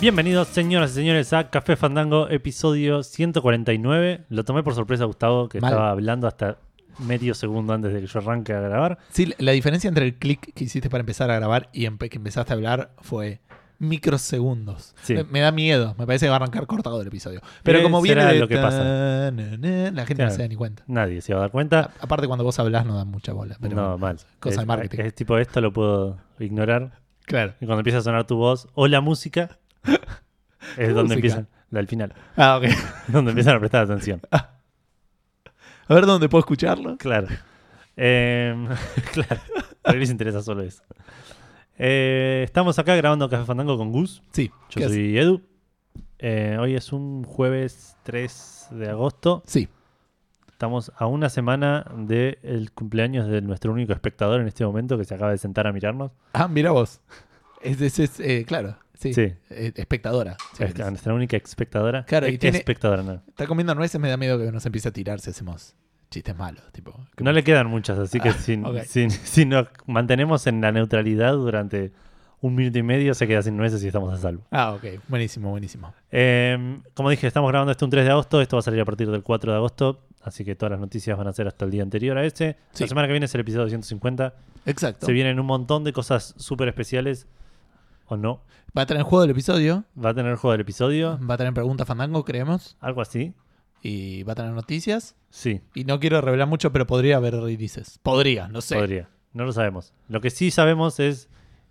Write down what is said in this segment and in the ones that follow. Bienvenidos, señoras y señores, a Café Fandango, episodio 149. Lo tomé por sorpresa, Gustavo, que Mal. estaba hablando hasta medio segundo antes de que yo arranque a grabar. Sí, la- la diferencia entre el clic que hiciste para empezar a grabar y empe- que empezaste a hablar fue microsegundos. Sí. Me, me da miedo, me parece que va a arrancar cortado el episodio. Pero Eh, como viene será de lo que pasa. ta- na- na, la gente Claro. no se da ni cuenta. Nadie se va a dar cuenta. A- Aparte cuando vos hablás no dan mucha bola, Ah, pero no, bueno, mal. cosa es, de marketing. es tipo, esto lo puedo ignorar. claro. Y cuando empieza a sonar tu voz o la música, es donde música? empiezan, la del final, Ah, ok. donde empiezan a prestar atención. A ver dónde puedo escucharlo. Claro. Eh, claro. A mí les interesa solo eso. Eh, estamos acá grabando Café Fandango con Gus. Sí. ¿qué Yo es? soy Edu. Eh, hoy es un jueves 3 de agosto. Sí. Estamos a una semana del cumpleaños de nuestro único espectador en este momento que se acaba de sentar a mirarnos. Ah, mira vos. Es, es- es, eh, claro. Sí. Sí. Eh, espectadora. si Es querés. nuestra única espectadora. Claro, y Ex- tiene- espectadora, no. Está comiendo nueces, me da miedo que nos empiece a tirar si hacemos chistes malos. Tipo, No le quedan muchas, así que Ah, si, ok. si- si nos mantenemos en la neutralidad durante un minuto y medio, se queda sin nueces y estamos a salvo. Ah, ok. Buenísimo, buenísimo. Eh, como dije, estamos grabando esto un 3 de agosto. Esto va a salir a partir del 4 de agosto. Así que todas las noticias van a ser hasta el día anterior a ese. Sí. La semana que viene es el episodio 150. Exacto. Se vienen un montón de cosas súper especiales. ¿O no? Va a tener juego del episodio, Va a tener juego del episodio. va a tener preguntas fandango, creemos, Algo así. y va a tener noticias. Sí, Y no quiero revelar mucho, pero podría haber releases. Podría, no sé. podría. No lo sabemos. Lo que sí sabemos es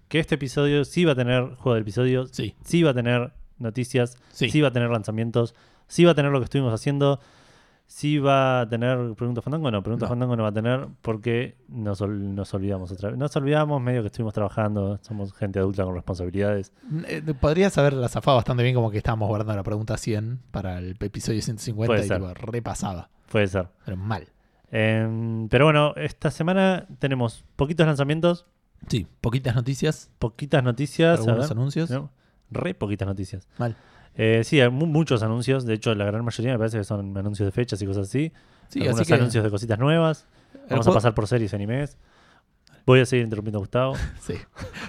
que este episodio sí va a tener juego del episodio. Sí, sí va a tener noticias, sí. Sí. va a tener lanzamientos, sí va a tener lo que estuvimos haciendo, sí va a tener Preguntas Fandango, no, Preguntas No. Fandango no va a tener porque nos, ol- nos olvidamos otra vez. Nos olvidamos medio que estuvimos trabajando, somos gente adulta con responsabilidades. Eh, podrías haberla zafado bastante bien, como que estábamos guardando la pregunta 100 para el episodio 150 Puede y ser. tipo, repasaba. Puede ser. Pero mal. Em, pero bueno, esta semana tenemos poquitos lanzamientos, Sí, poquitas noticias, poquitas noticias. a algunos ver, anuncios. ¿no? Re poquitas noticias. Mal. Eh, sí, hay mu- muchos anuncios. De hecho, la gran mayoría me parece que son anuncios de fechas y cosas así. Sí, Algunos así que anuncios de cositas nuevas. el Vamos a juego- pasar por series y animes. Voy a seguir interrumpiendo a Gustavo. Sí.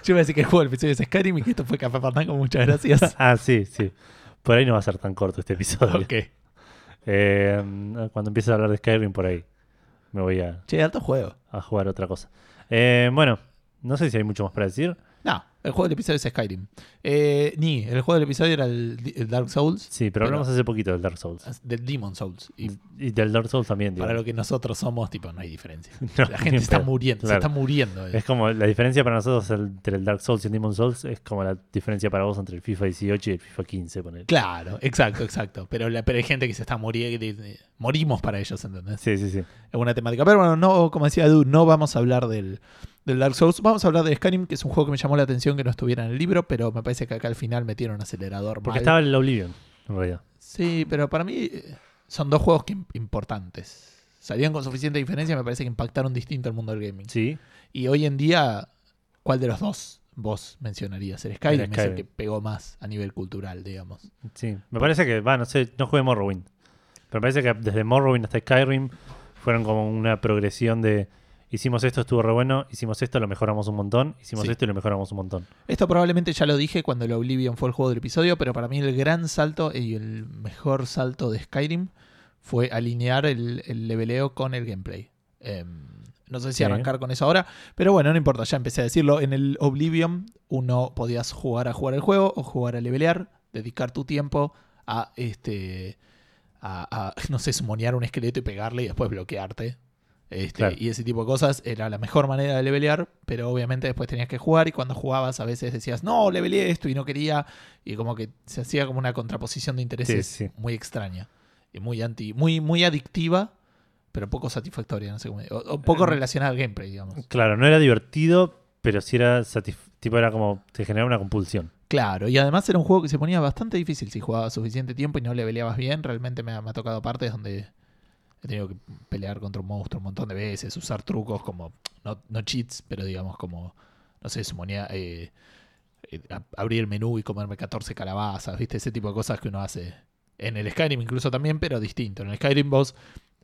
Yo iba a decir que el juego del episodio es Skyrim y que esto fue Café Fandango, muchas gracias. ah, sí, sí. Por ahí no va a ser tan corto este episodio. ok. Eh, cuando empieces a hablar de Skyrim, por ahí me voy a, Che, alto juego. a jugar otra cosa. Eh, bueno, no sé si hay mucho más para decir. No, el juego del episodio es Skyrim. Eh, ni, el juego del episodio era el, el Dark Souls, Sí, pero Pero- hablamos hace poquito del Dark Souls. del Demon Souls. Y Y del Dark Souls también, digo. para lo que nosotros somos, tipo, no hay diferencia. No, ni La gente en está pedo. muriendo, Claro. se está muriendo. eh. Es como la diferencia para nosotros entre el Dark Souls y el Demon Souls es como la diferencia para vos entre el FIFA 18 y el FIFA 15, ponele. Claro, exacto, exacto. Pero, la, pero hay gente que se está muriendo, morimos para ellos, ¿entendés? Sí, sí, sí. Es una temática. Pero bueno, no, como decía Edu, no vamos a hablar del, del Dark Souls. Vamos a hablar de Skyrim, que es un juego que me llamó la atención que no estuviera en el libro, pero me parece que acá al final metieron un acelerador. Porque mal. estaba el Oblivion, en realidad. Sí, pero para mí eh, son dos juegos que im- importantes. Salían con suficiente diferencia, me parece que impactaron distinto el mundo del gaming. Sí. Y hoy en día, ¿cuál de los dos vos mencionarías? El Skyrim, El es Skyrim. el que pegó más a nivel cultural, digamos. Sí, me parece que, va, no sé, no jugué Morrowind. Pero me parece que desde Morrowind hasta Skyrim fueron como una progresión de hicimos esto, estuvo re bueno, hicimos esto, lo mejoramos un montón, hicimos Sí. esto y lo mejoramos un montón. Esto probablemente ya lo dije cuando el Oblivion fue el juego del episodio, pero para mí el gran salto y el mejor salto de Skyrim fue alinear el, el leveleo con el gameplay. Em, no sé si Sí. arrancar con eso ahora, pero bueno, no importa, ya empecé a decirlo. En el Oblivion uno podías jugar a jugar el juego o jugar a levelear, dedicar tu tiempo a este a, a, no sé, sumonear un esqueleto y pegarle y después bloquearte. Este, Claro. Y ese tipo de cosas era la mejor manera de levelear, pero obviamente después tenías que jugar y cuando jugabas a veces decías, no, leveleé esto y no quería, y como que se hacía como una contraposición de intereses Sí, sí. muy extraña y muy anti, muy, muy adictiva, pero poco satisfactoria, no sé cómo- o, o poco Eh, relacionada al gameplay, digamos. Claro, no era divertido, pero sí era satis- tipo era como te generaba una compulsión. Claro, y además era un juego que se ponía bastante difícil si jugabas suficiente tiempo y no leveleabas bien. Realmente me ha, me ha tocado partes donde he tenido que pelear contra un monstruo un montón de veces, usar trucos como, no, no cheats, pero digamos como, no sé, sumonía, eh, eh, a- abrir el menú y comerme 14 calabazas, ¿viste? Ese tipo de cosas que uno hace. En el Skyrim incluso también, pero distinto. En el Skyrim vos,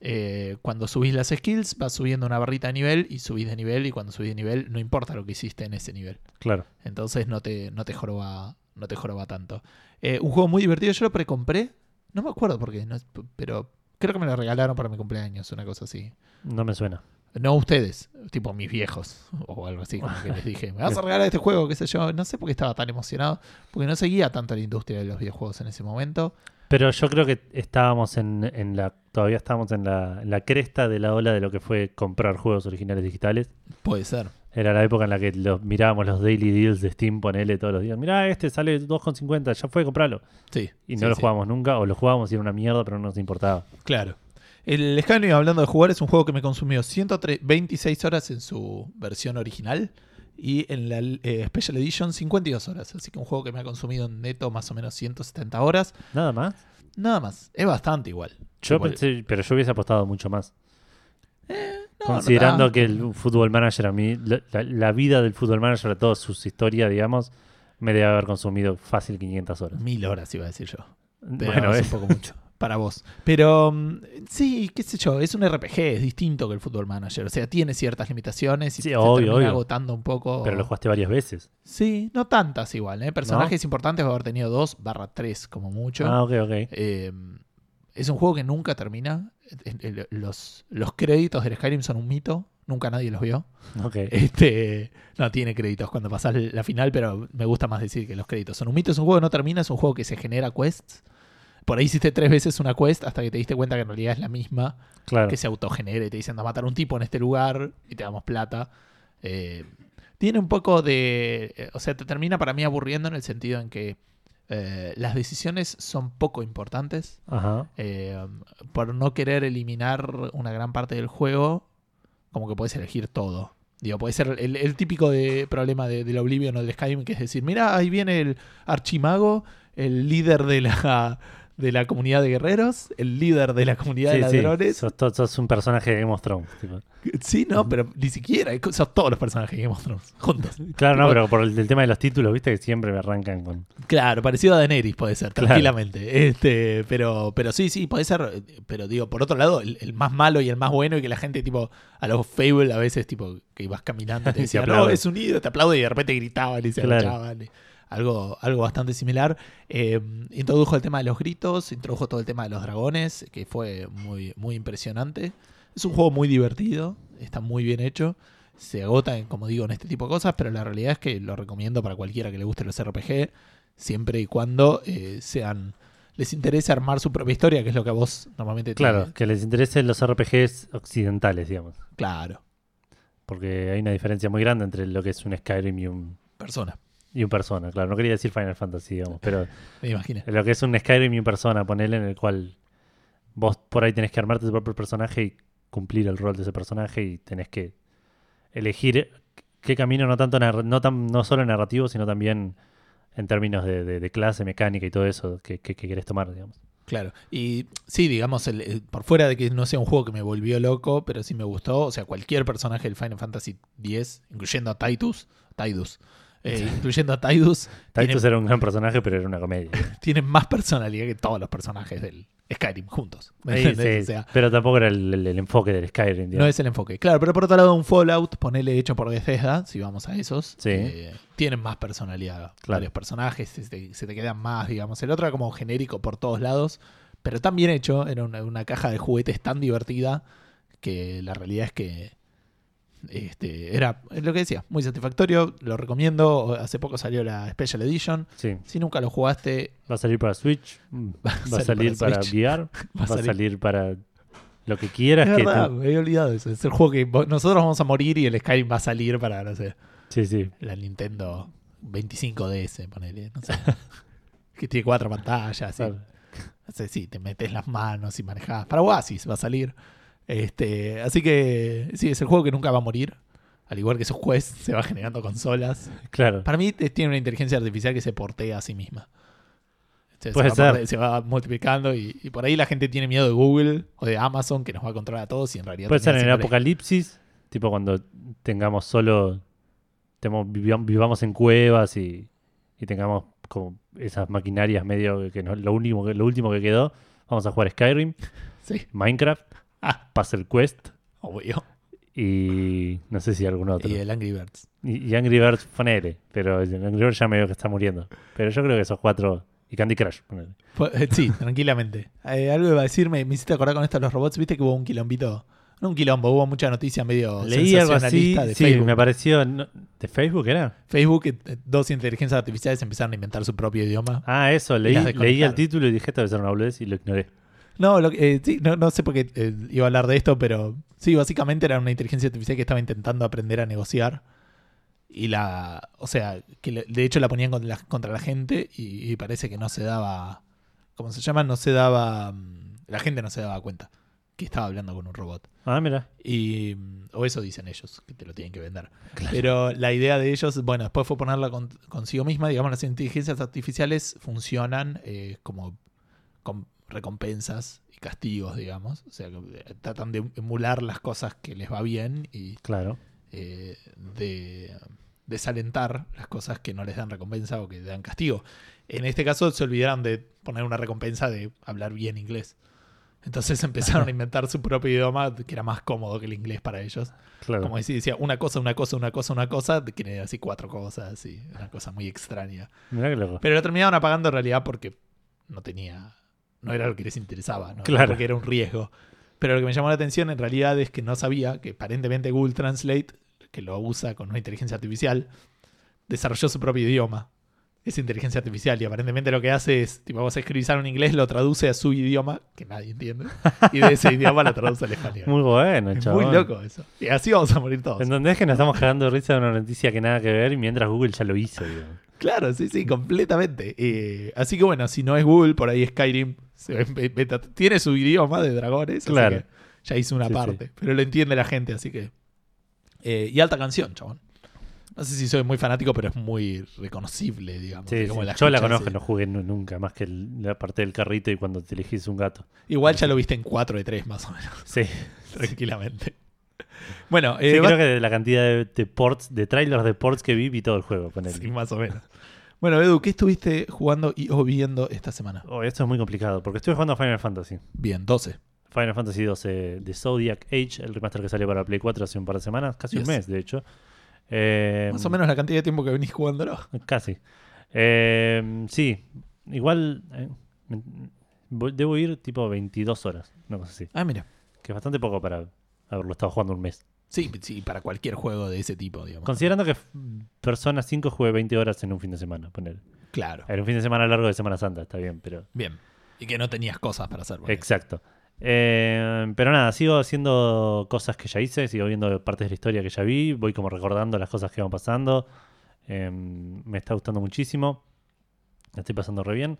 eh, cuando subís las skills, vas subiendo una barrita de nivel y subís de nivel y cuando subís de nivel no importa lo que hiciste en ese nivel. Claro. Entonces no te, no te joroba, no te joroba tanto. Eh, un juego muy divertido, yo lo precompré. No me acuerdo por qué, no es- p- pero creo que me lo regalaron para mi cumpleaños, una cosa así. No me suena. No ustedes, tipo mis viejos o algo así, como que les dije, me vas a regalar este juego, qué sé yo. No sé por qué estaba tan emocionado, porque no seguía tanto la industria de los videojuegos en ese momento. Pero yo creo que estábamos en, en la. Todavía estábamos en la, en la cresta de la ola de lo que fue comprar juegos originales digitales. Puede ser. Era la época en la que los, mirábamos los daily deals de Steam, ponele todos los días. Mirá, este sale 2,50, ya fue, compralo. Sí. Y no sí, lo sí. jugábamos nunca, o lo jugábamos y era una mierda, pero no nos importaba. Claro. El Skyrim, hablando de jugar, es un juego que me consumió 126 horas en su versión original y en la eh, Special Edition 52 horas. Así que un juego que me ha consumido en neto más o menos 170 horas. Nada más. Nada más. Es bastante igual. Yo Igual. pensé, pero yo hubiese apostado mucho más. No, Considerando no tanto. que el fútbol manager a mí, la, la- la vida del fútbol manager, todas sus historias, digamos, me debe haber consumido fácil 500 horas. Mil horas iba a decir yo. Pero bueno, es es- un poco mucho. Para vos. Pero mm, sí, qué sé yo, es un RPG, es distinto que el Football Manager. O sea, tiene ciertas limitaciones y Sí, se obvio, termina obvio. agotando un poco. pero lo jugaste varias veces. Sí, no tantas igual, ¿eh? Personajes importantes va a haber tenido dos barra tres como mucho. Ah, ok, ok. Eh, es un juego que nunca termina. Eh, eh, Los, los créditos del Skyrim son un mito. Nunca nadie los vio. ok. Este, no tiene créditos cuando pasas la final, pero me gusta más decir que los créditos son un mito. Es un juego que no termina, es un juego que se genera quests. Por ahí hiciste tres veces una quest hasta que te diste cuenta que en realidad es la misma claro. que se autogenere. Te dicen, a matar a un tipo en este lugar y te damos plata. Eh, tiene un poco de... eh, O sea, te termina para mí aburriendo en el sentido en que eh, las decisiones son poco importantes. Ajá. Eh, por no querer eliminar una gran parte del juego, como que puedes elegir todo. Digo, puede ser el, el típico de problema de- del Oblivion o del Skyrim, que es decir, mira, ahí viene el archimago, el líder de la, de la comunidad de guerreros, el líder de la comunidad de Sí, sí. ladrones. Sos, to- sos un personaje de Game of Thrones, tipo. Sí, no, pero ni siquiera, son todos los personajes que mostramos juntos. Claro, no, Tipo- pero por el, el tema de los títulos, viste que siempre me arrancan con. Claro, parecido a Daenerys puede ser, Claro. tranquilamente. Este, pero, pero sí, sí, puede ser. eh, Pero digo, por otro lado, el, el más malo y el más bueno, y que la gente, tipo, a los Fable a veces, tipo, que ibas caminando y te Y te decían, no, aplauden". es unido, te aplaude y de repente gritaban y se Claro. agachaban. Algo, algo bastante similar. Eh, introdujo el tema de los gritos, introdujo todo el tema de los dragones, que fue muy, muy impresionante. Es un juego muy divertido, está muy bien hecho. Se agota, en, como digo, en este tipo de cosas, pero la realidad es que lo recomiendo para cualquiera que le guste los RPG, siempre y cuando eh, sean les interese armar su propia historia, que es lo que a vos normalmente te- Claro, que les interesen los RPGs occidentales, digamos. Claro, Porque hay una diferencia muy grande entre lo que es un Skyrim y un, persona, y un Persona. Claro, no quería decir Final Fantasy, digamos, pero me imagino. lo que es un Skyrim y un Persona, ponele en el cual vos por ahí tenés que armarte tu propio personaje y cumplir el rol de ese personaje y tenés que elegir qué camino, no tanto narra- no tan, no solo narrativo, sino también en términos de, de- de clase, mecánica y todo eso que, que- que querés tomar, digamos. Claro, y sí, digamos, el- el- por fuera de que no sea un juego que me volvió loco, pero sí me gustó, o sea, cualquier personaje del Final Fantasy X, incluyendo a Titus, Tidus, eh, incluyendo a Tidus, tiene, Titus era un gran personaje, pero era una comedia. tiene más personalidad que todos los personajes del Skyrim juntos. ¿me Sí, entendés? sí, O sea, pero tampoco era el, el- el enfoque del Skyrim, no digamos. es el enfoque. Claro, pero por otro lado, un Fallout, ponele hecho por Bethesda, si vamos a esos, Sí. eh, tienen más personalidad. Claro. Varios personajes, se te, se te quedan más, digamos. El otro era como genérico por todos lados, pero tan bien hecho, era una, una caja de juguetes tan divertida que la realidad es que este, era es lo que decía, muy satisfactorio, lo recomiendo. Hace poco salió la Special Edition. Sí. Si nunca lo jugaste, Va a salir para Switch, mm, va a salir para, Switch. VR, va a salir- salir, para lo que quieras. es que verdad, tú- me había olvidado eso. Es el juego que vo- nosotros vamos a morir y el Skyrim va a salir para, no sé, Sí, sí. la Nintendo 25DS, ponele, no sé. que tiene cuatro pantallas, y, Claro. no sé, sí, te metes las manos y manejás. Para Oasis va a salir. Este, así que sí, es el juego que nunca va a morir. Al igual que sus quests se va generando consolas. Claro. Para mí eh, tiene una inteligencia artificial que se portea a sí misma. O sea, Puede se, va, ser. se va multiplicando y, y por ahí la gente tiene miedo de Google o de Amazon que nos va a controlar a todos y en realidad... Puede ser en el termina siendo apocalipsis, tipo cuando tengamos solo. temo- vivam- vivamos en cuevas y, y tengamos como esas maquinarias medio que no- lo, último, que- lo último que quedó. Vamos a jugar Skyrim, Sí, Minecraft, Ah. Puzzle Quest obvio. y no sé si algún otro. Y eh, el Angry Birds. Y, y Angry Birds, ponele. Pero el Angry Birds ya me veo que está muriendo. Pero yo creo que esos cuatro. Y Candy Crush, ponele. Po- eh, Sí, tranquilamente. Eh, algo iba a decirme, me hiciste acordar con esto de los robots, viste que hubo un quilombito. No un quilombo, hubo mucha noticia medio Leí algo así. sensacionalista de sí, Facebook. me apareció. no- ¿De Facebook era? Facebook, eh, dos inteligencias artificiales empezaron a inventar su propio idioma. Ah, eso. Leí, las leí el desconectaron. título y dije, esto debe ser una boludez y lo ignoré. No, lo que- eh, sí, no, no sé por qué eh, iba a hablar de esto, pero sí, básicamente era una inteligencia artificial que estaba intentando aprender a negociar. Y la. O sea, que le- de hecho la ponían contra la, contra la gente y, y parece que no se daba. ¿Cómo se llama? No se daba. mm, La gente no se daba cuenta que estaba hablando con un robot. Ah, mira. Y, mm, o eso dicen ellos, que te lo tienen que vender. Pero la idea de ellos, bueno, después fue ponerla con- consigo misma. Digamos, las inteligencias artificiales funcionan eh, como com- recompensas y castigos, digamos. O sea, que, eh, tratan de emular las cosas que les va bien y Claro. eh, de desalentar las cosas que no les dan recompensa o que dan castigo. En este caso se olvidaron de poner una recompensa de hablar bien inglés. Entonces empezaron a inventar su propio idioma que era más cómodo que el inglés para ellos. Claro. Como decía, decía una cosa, una cosa, una cosa, una cosa, quiere así cuatro cosas, así, una cosa muy extraña. Mirá que loco. Pero lo terminaron apagando en realidad porque no tenía. No era lo que les interesaba, ¿no? Claro. Porque era un riesgo. Pero lo que me llamó la atención en realidad es que no sabía que aparentemente Google Translate, que lo usa con una inteligencia artificial, desarrolló su propio idioma. Es inteligencia artificial y aparentemente lo que hace es, tipo, vos escribís algo en inglés, lo traduce a su idioma, que nadie entiende, y de ese idioma lo traduce al español. Muy bueno, es chaval. muy loco eso. Y así vamos a morir todos. ¿Entendés que nos estamos cagando de risa de una noticia que nada que ver y mientras Google ya lo hizo? digamos. Claro, sí, sí, completamente. Eh, así que bueno, si no es Google, por ahí Skyrim se ve- ve- ve- tiene su idioma de dragones. así Claro. que ya hizo una Sí, parte, pero lo entiende la gente, así que. Eh, y alta canción, chabón. No sé si soy muy fanático, pero es muy reconocible, digamos. Sí, de sí, cómo Yo la escuchas, conozco, eh. no jugué nu- nunca, más que el- la parte del carrito y cuando te elegís un gato. Igual ya lo viste en 4 de 3, más o menos, Sí, sí, tranquilamente. Bueno, eh, creo va- que de la cantidad de, de ports, de trailers de ports que vi, vi todo el juego con él. sí, más o menos. Bueno, Edu, ¿qué estuviste jugando y o viendo esta semana? Oh, esto es muy complicado, porque estoy jugando a Final Fantasy. Bien, 12. Final Fantasy XII de Zodiac Age, el remaster que salió para Play 4 hace un par de semanas, casi Yes. un mes de hecho. Eh, Más o menos la cantidad de tiempo que venís jugándolo. Casi. Eh, sí, igual eh, me- voy- debo ir tipo 22 horas, una cosa así. Ah, mira. Que es bastante poco para haberlo estado jugando un mes. Sí, sí, para cualquier juego de ese tipo, digamos. Considerando que f- Persona 5 jugué 20 horas en un fin de semana, poner. Claro. Era un fin de semana largo de Semana Santa, está bien, pero... Bien. Y que no tenías cosas para hacer. ponele. Exacto. Eh, pero nada, sigo haciendo cosas que ya hice, sigo viendo partes de la historia que ya vi, voy como recordando las cosas que van pasando. Eh, me está gustando muchísimo. La estoy pasando re bien.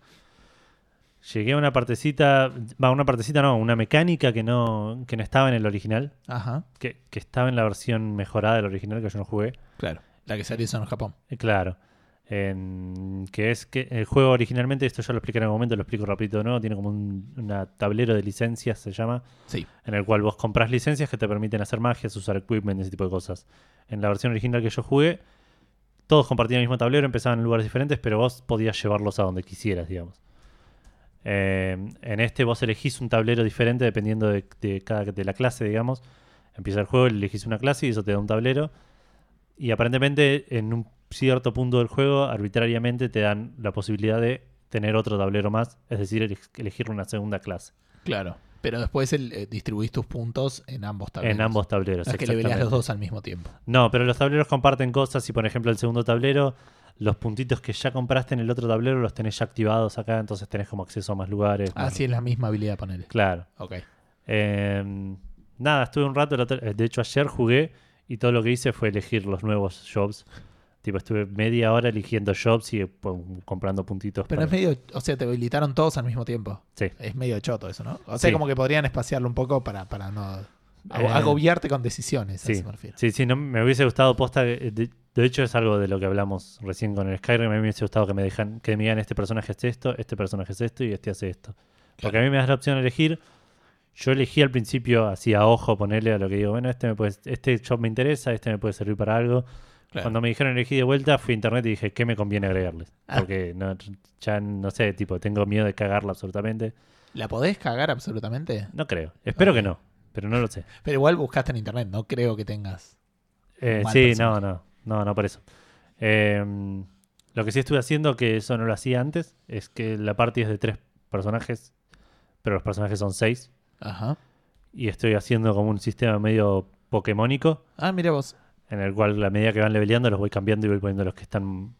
Llegué a una partecita, va, una partecita no, una mecánica que no, que no estaba en el original, Ajá. que, que estaba en la versión mejorada del original que yo no jugué. Claro. La que salió solo en Japón. Eh, Claro. En- que es que el juego originalmente, esto ya lo expliqué en algún momento, lo explico rapidito de nuevo, tiene como un una tablero de licencias, se llama, Sí. en el cual vos compras licencias que te permiten hacer magias, usar equipment, ese tipo de cosas. En la versión original que yo jugué, todos compartían el mismo tablero, empezaban en lugares diferentes, pero vos podías llevarlos a donde quisieras, digamos. Eh, en este vos elegís un tablero diferente dependiendo de, de cada de la clase, digamos. Empieza el juego, elegís una clase y eso te da un tablero. Y aparentemente en un cierto punto del juego, arbitrariamente te dan la posibilidad de tener otro tablero más, es decir, ele- elegir una segunda clase. Claro. Pero después el, eh, distribuís tus puntos en ambos tableros. Ah, En ambos tableros. No es que le veías exactamente. los dos al mismo tiempo. No, pero los tableros comparten cosas y, por ejemplo, el segundo tablero, los puntitos que ya compraste en el otro tablero los tenés ya activados acá, entonces tenés como acceso a más lugares. Ah, más- sí, es la misma habilidad, ponele. Claro. Ok. Eh, nada, estuve un rato, el otro- de hecho ayer jugué y todo lo que hice fue elegir los nuevos jobs. Tipo, estuve media hora eligiendo jobs y pum, comprando puntitos. Pero para- es medio. O sea, te habilitaron todos al mismo tiempo. Sí. Es medio choto eso, ¿no? O sea, Sí. como que podrían espaciarlo un poco para, para no. ag- Eh, agobiarte con decisiones, a Sí, eso me refiero. sí, sí, no, me hubiese gustado posta. eh, De, de hecho, es algo de lo que hablamos recién con el Skyrim. A mí me hubiese gustado que me dejan, que me digan este personaje hace esto, este personaje hace esto y este hace esto. Porque a mí me das la opción de elegir. Yo elegí al principio, así a ojo, ponerle a lo que digo, bueno, este me puede, este job me interesa, este me puede servir para algo. Claro. Cuando me dijeron elegí de vuelta, fui a internet y dije, ¿qué me conviene agregarles? Ah. Porque no, ya no sé, tipo, tengo miedo de cagarla absolutamente. ¿La podés cagar absolutamente? No creo. Espero Ok. que no. pero no lo sé. Pero igual buscaste en internet, no creo que tengas. Eh, mal sí, personaje. no, no, no, no por eso. Eh, lo que sí estuve haciendo, que eso no lo hacía antes, es que la party es de tres personajes, pero los personajes son seis. Ajá. Y estoy haciendo como un sistema medio pokémónico, Ah, mira vos. en el cual a medida que van leveleando los voy cambiando y voy poniendo los que están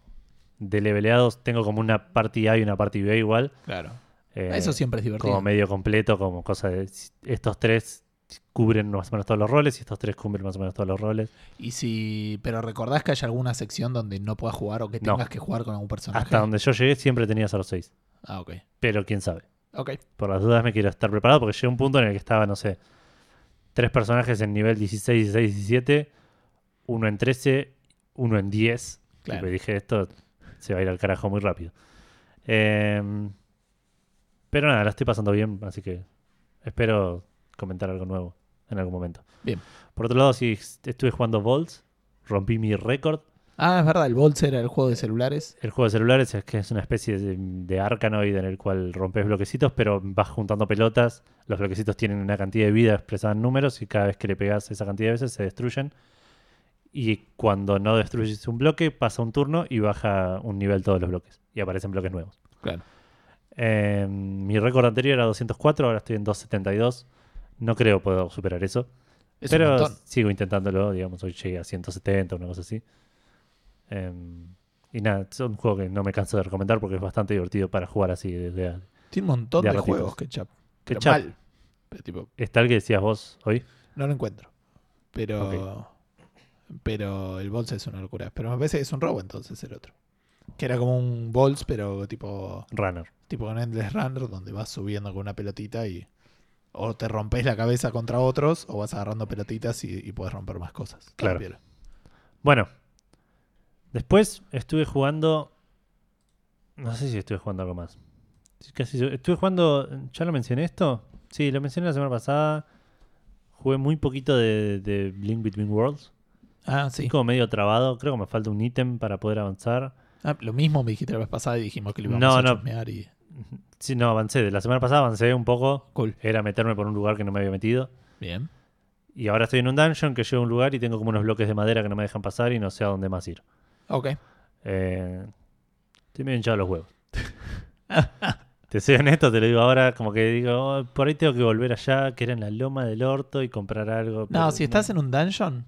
deleveleados. Tengo como una party A y una party B igual. Claro. eh, Eso siempre es divertido. como medio completo, como cosa de estos tres cubren más o menos todos los roles y estos tres cubren más o menos todos los roles. Y si. Pero recordás que hay alguna sección donde no puedas jugar o que No. tengas que jugar con algún personaje. Hasta donde yo llegué siempre tenías a los seis. Ah, ok. Pero quién sabe. Ok. Por las dudas me quiero estar preparado porque llegué a un punto en el que estaba, no sé, tres personajes en nivel 16, 16, 17, uno en 13, uno en 10. Claro. Y me dije, esto se va a ir al carajo muy rápido. Em, pero nada, la estoy pasando bien, así que espero comentar algo nuevo en algún momento. Bien. Por otro lado, sí, estuve jugando Volts, rompí mi récord. Ah, es verdad, el Bolts era el juego de celulares. El juego de celulares es que es una especie de, de arcanoid en el cual rompes bloquecitos, pero vas juntando pelotas. Los bloquecitos tienen una cantidad de vida expresada en números y cada vez que le pegas esa cantidad de veces se destruyen. Y cuando no destruyes un bloque, pasa un turno y baja un nivel todos los bloques. Y aparecen bloques nuevos. Claro. Eh, mi récord anterior era 204, ahora estoy en 272. No creo poder superar eso. Es un pero montón. sigo intentándolo, digamos, hoy llegué a 170, una cosa así. Eh, y nada, es un juego que no me canso de recomendar porque es bastante divertido para jugar así. Desde a- Tiene un montón de de, a ratitos. juegos, Ketchup. Pero Ketchup. mal. Pero tipo, ¿Está el que decías vos hoy? no lo encuentro. Pero. Pero el Bolts es una locura. Pero me parece que es un robo entonces el otro. Que era como un Bolts, pero tipo. Runner. tipo con Endless Runner, donde vas subiendo con una pelotita y o te rompes la cabeza contra otros o vas agarrando pelotitas y, y puedes romper más cosas. Está Claro. piola. Bueno, después estuve jugando. No sé si estuve jugando algo más. Casi se- estuve jugando. ¿Ya lo mencioné esto? Sí, lo mencioné la semana pasada. Jugué muy poquito de, de Link Between Worlds. Ah, sí. Es como medio trabado. Creo que me falta un ítem para poder avanzar. Ah, lo mismo me dijiste la vez pasada y dijimos que lo íbamos No, a no. chusmear y. Sí, no, avancé. De la semana pasada avancé un poco. Cool. Era meterme por un lugar que no me había metido. Bien. Y ahora estoy en un dungeon que llevo a un lugar y tengo como unos bloques de madera que no me dejan pasar y no sé a dónde más ir. Ok. Eh, estoy medio hinchado los huevos. te soy honesto, te lo digo ahora, como que digo, "Oh, por ahí tengo que volver allá, que era en la loma del orto y comprar algo. No, pero si estás en un dungeon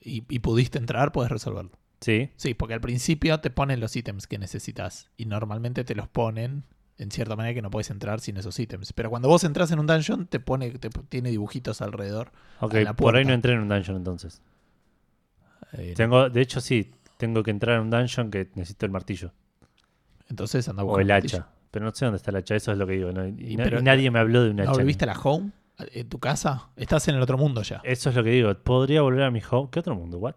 y, y pudiste entrar, puedes resolverlo. Sí, Sí, porque al principio te ponen los ítems que necesitas y normalmente te los ponen en cierta manera que no puedes entrar sin esos ítems. Pero cuando vos entras en un dungeon, te pone, te tiene dibujitos alrededor. ok, A la por ahí puerta. no entré en un dungeon entonces. Eh, Tengo, de hecho sí, tengo que entrar en un dungeon que necesito el martillo entonces anda a o buscar el un martillo. hacha. Pero no sé dónde está el hacha, eso es lo que digo. ¿no? Y, Y na- pero- y nadie me habló de un hacha. ¿No ni- volviste a la home? ¿En tu casa? Estás en el otro mundo ya. Eso es lo que digo. Podría volver a mi home. ¿Qué otro mundo? ¿What?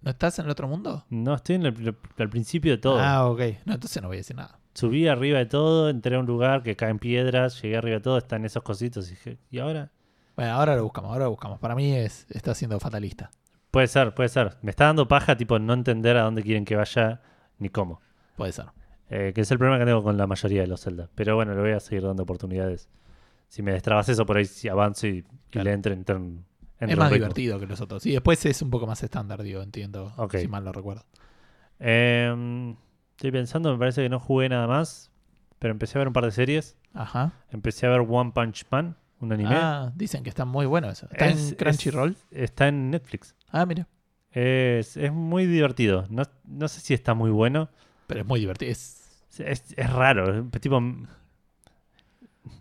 ¿No estás en el otro mundo? No, estoy en el- al principio de todo. Ah, ok. No, entonces no voy a decir nada. Subí arriba de todo, entré a un lugar que caen piedras, llegué arriba de todo, están esos cositos. Y dije, ¿y ahora? Bueno, ahora lo buscamos, ahora lo buscamos. Para mí es, está siendo fatalista. Puede ser, puede ser. Me está dando paja, tipo, no entender a dónde quieren que vaya ni cómo. Puede ser. Eh, que es el problema que tengo con la mayoría de los Zelda. Pero bueno, le voy a seguir dando oportunidades. Si me destrabas eso, por ahí si avanzo y, y Claro. le entro, entro en- entro es en más ritmo. divertido que los otros. Y después es un poco más estándar, digo, entiendo. Ok. Si mal no recuerdo. Eh, estoy pensando, me parece que no jugué nada más, pero empecé a ver un par de series. Ajá. Empecé a ver One Punch Man, un anime. Ah, dicen que está muy bueno eso. ¿Está Es- en Crunchyroll? es- está en Netflix. Ah, mira. Es, es muy divertido. No, no sé si está muy bueno. Pero es muy divertido. Es- Es, es raro. Es, tipo,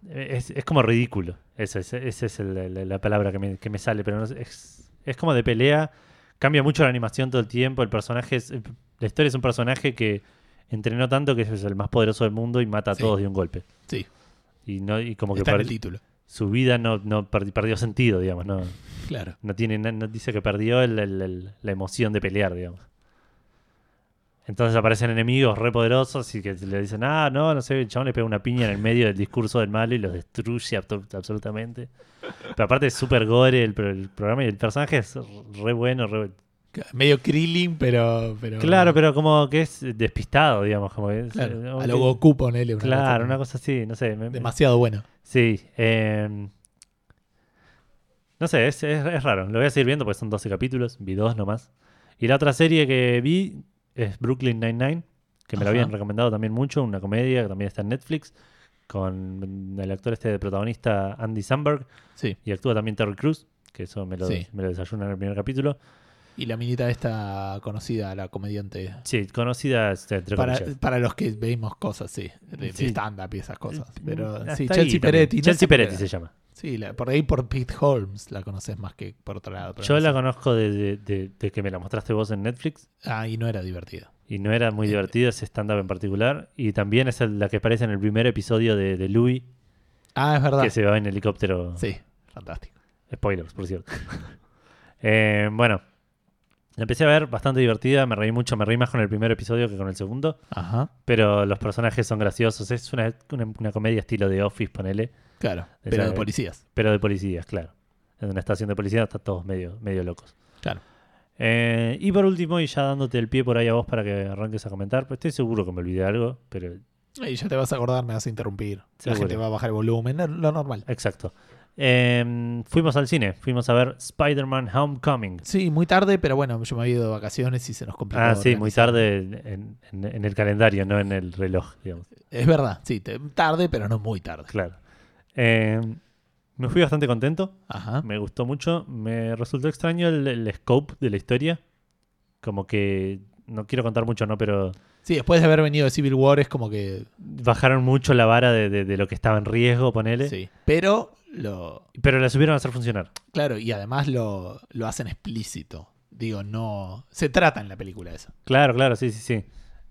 es, es como ridículo. Esa es, esa es el- la, la palabra que me, que me sale. Pero no sé, es, es como de pelea. Cambia mucho la animación todo el tiempo. El personaje es, La historia es un personaje que entrenó tanto que es el más poderoso del mundo y mata a Sí. todos de un golpe. Sí, Y, no, y como que está en el per- título. su vida no, no per- perdió sentido, digamos. No, Claro. No tiene, na- no dice que perdió el- el- el- la emoción de pelear, digamos. Entonces aparecen enemigos repoderosos y que le dicen, ah, no, no sé, el chabón le pega una piña en el medio del discurso del malo y los destruye abso- absolutamente. Pero aparte es súper gore el, pro- el programa y el personaje es re bueno. re- Medio Krillin, pero, pero. Claro, pero como que es despistado, digamos. Como que es- Claro. eh, A lo Goku ponele. Claro, una como- cosa así, no sé. me- me- Demasiado bueno. Sí. em, No sé, es, es- es raro. Lo voy a seguir viendo porque son 12 capítulos, vi dos nomás. Y la otra serie que vi es Brooklyn Nine-Nine, que me la Ajá. habían recomendado también mucho, una comedia que también está en Netflix, con el actor este de protagonista Andy Samberg, Sí. y actúa también Terry Cruz, que eso me lo, Sí. me lo desayuna en el primer capítulo. Y la minita esta conocida, la comediante. Sí, conocida este, entre Para, eh, comillas. para los que vemos cosas, sí. De, de Sí. Mm, stand-up y esas cosas. Pero Hasta sí, ahí Chelsea también. Peretti. no Chelsea sé por Peretti qué. se llama. Sí, la- por ahí por Pete Holmes la conoces más que por otro lado. pero Yo no la sé. conozco de, de- de- de que me la mostraste vos en Netflix Ah, y no era divertida. y no era muy Eh. divertida ese stand-up en particular. Y también es el- la que aparece en el primer episodio de, de Louis, Ah, es verdad. que se va en helicóptero. Sí, fantástico. Spoilers, por cierto. Eh, bueno, la empecé a ver bastante divertida, me reí mucho, me reí más con el primer episodio que con el segundo. Ajá. Pero los personajes son graciosos, es una, una- una comedia estilo de Office, ponele, Claro. De pero de saber. policías. pero de policías, claro. En una estación de policía están todos medio, medio locos. Claro. Eh, y por último, y ya dándote el pie por ahí a vos para que arranques a comentar, pues estoy seguro que me olvidé algo, pero Y ya te vas a acordar, me vas a interrumpir. Seguro. La gente va a bajar el volumen. no- Lo normal. exacto. Eh, fuimos al cine, fuimos a ver Spider-Man Homecoming. Sí, muy tarde, pero bueno, yo me había ido de vacaciones y se nos complicó. Ah, sí, organizar. muy tarde en, en- en el calendario, no en el reloj, digamos. Es verdad, sí, te- tarde, pero no muy tarde. Claro. Eh, me fui bastante contento. Ajá. Me gustó mucho. Me resultó extraño el, el scope de la historia. Como que. No quiero contar mucho, ¿no? Pero Sí, después de haber venido de Civil War es como que. bajaron mucho la vara de, de- de lo que estaba en riesgo, ponele. Sí. Pero lo. Pero la supieron hacer funcionar. Claro, y además lo, lo hacen explícito. Digo, no. Se trata en la película eso. Claro, claro, sí, sí, sí.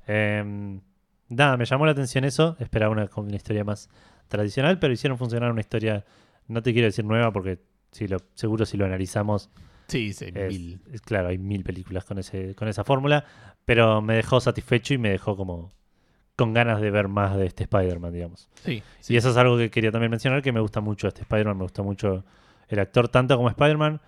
Eh, nada, me llamó la atención eso. Esperaba una, como una historia más tradicional, pero hicieron funcionar una historia. No te quiero decir nueva porque si lo, seguro si lo analizamos Sí, sí, Es- mil. es- claro, hay mil películas con, ese, con esa fórmula, pero me dejó satisfecho y me dejó como con ganas de ver más de este Spider-Man, digamos. Sí, Y eso es algo que quería también mencionar, que me gusta mucho este Spider-Man, me gusta mucho el actor, tanto como Spider-Man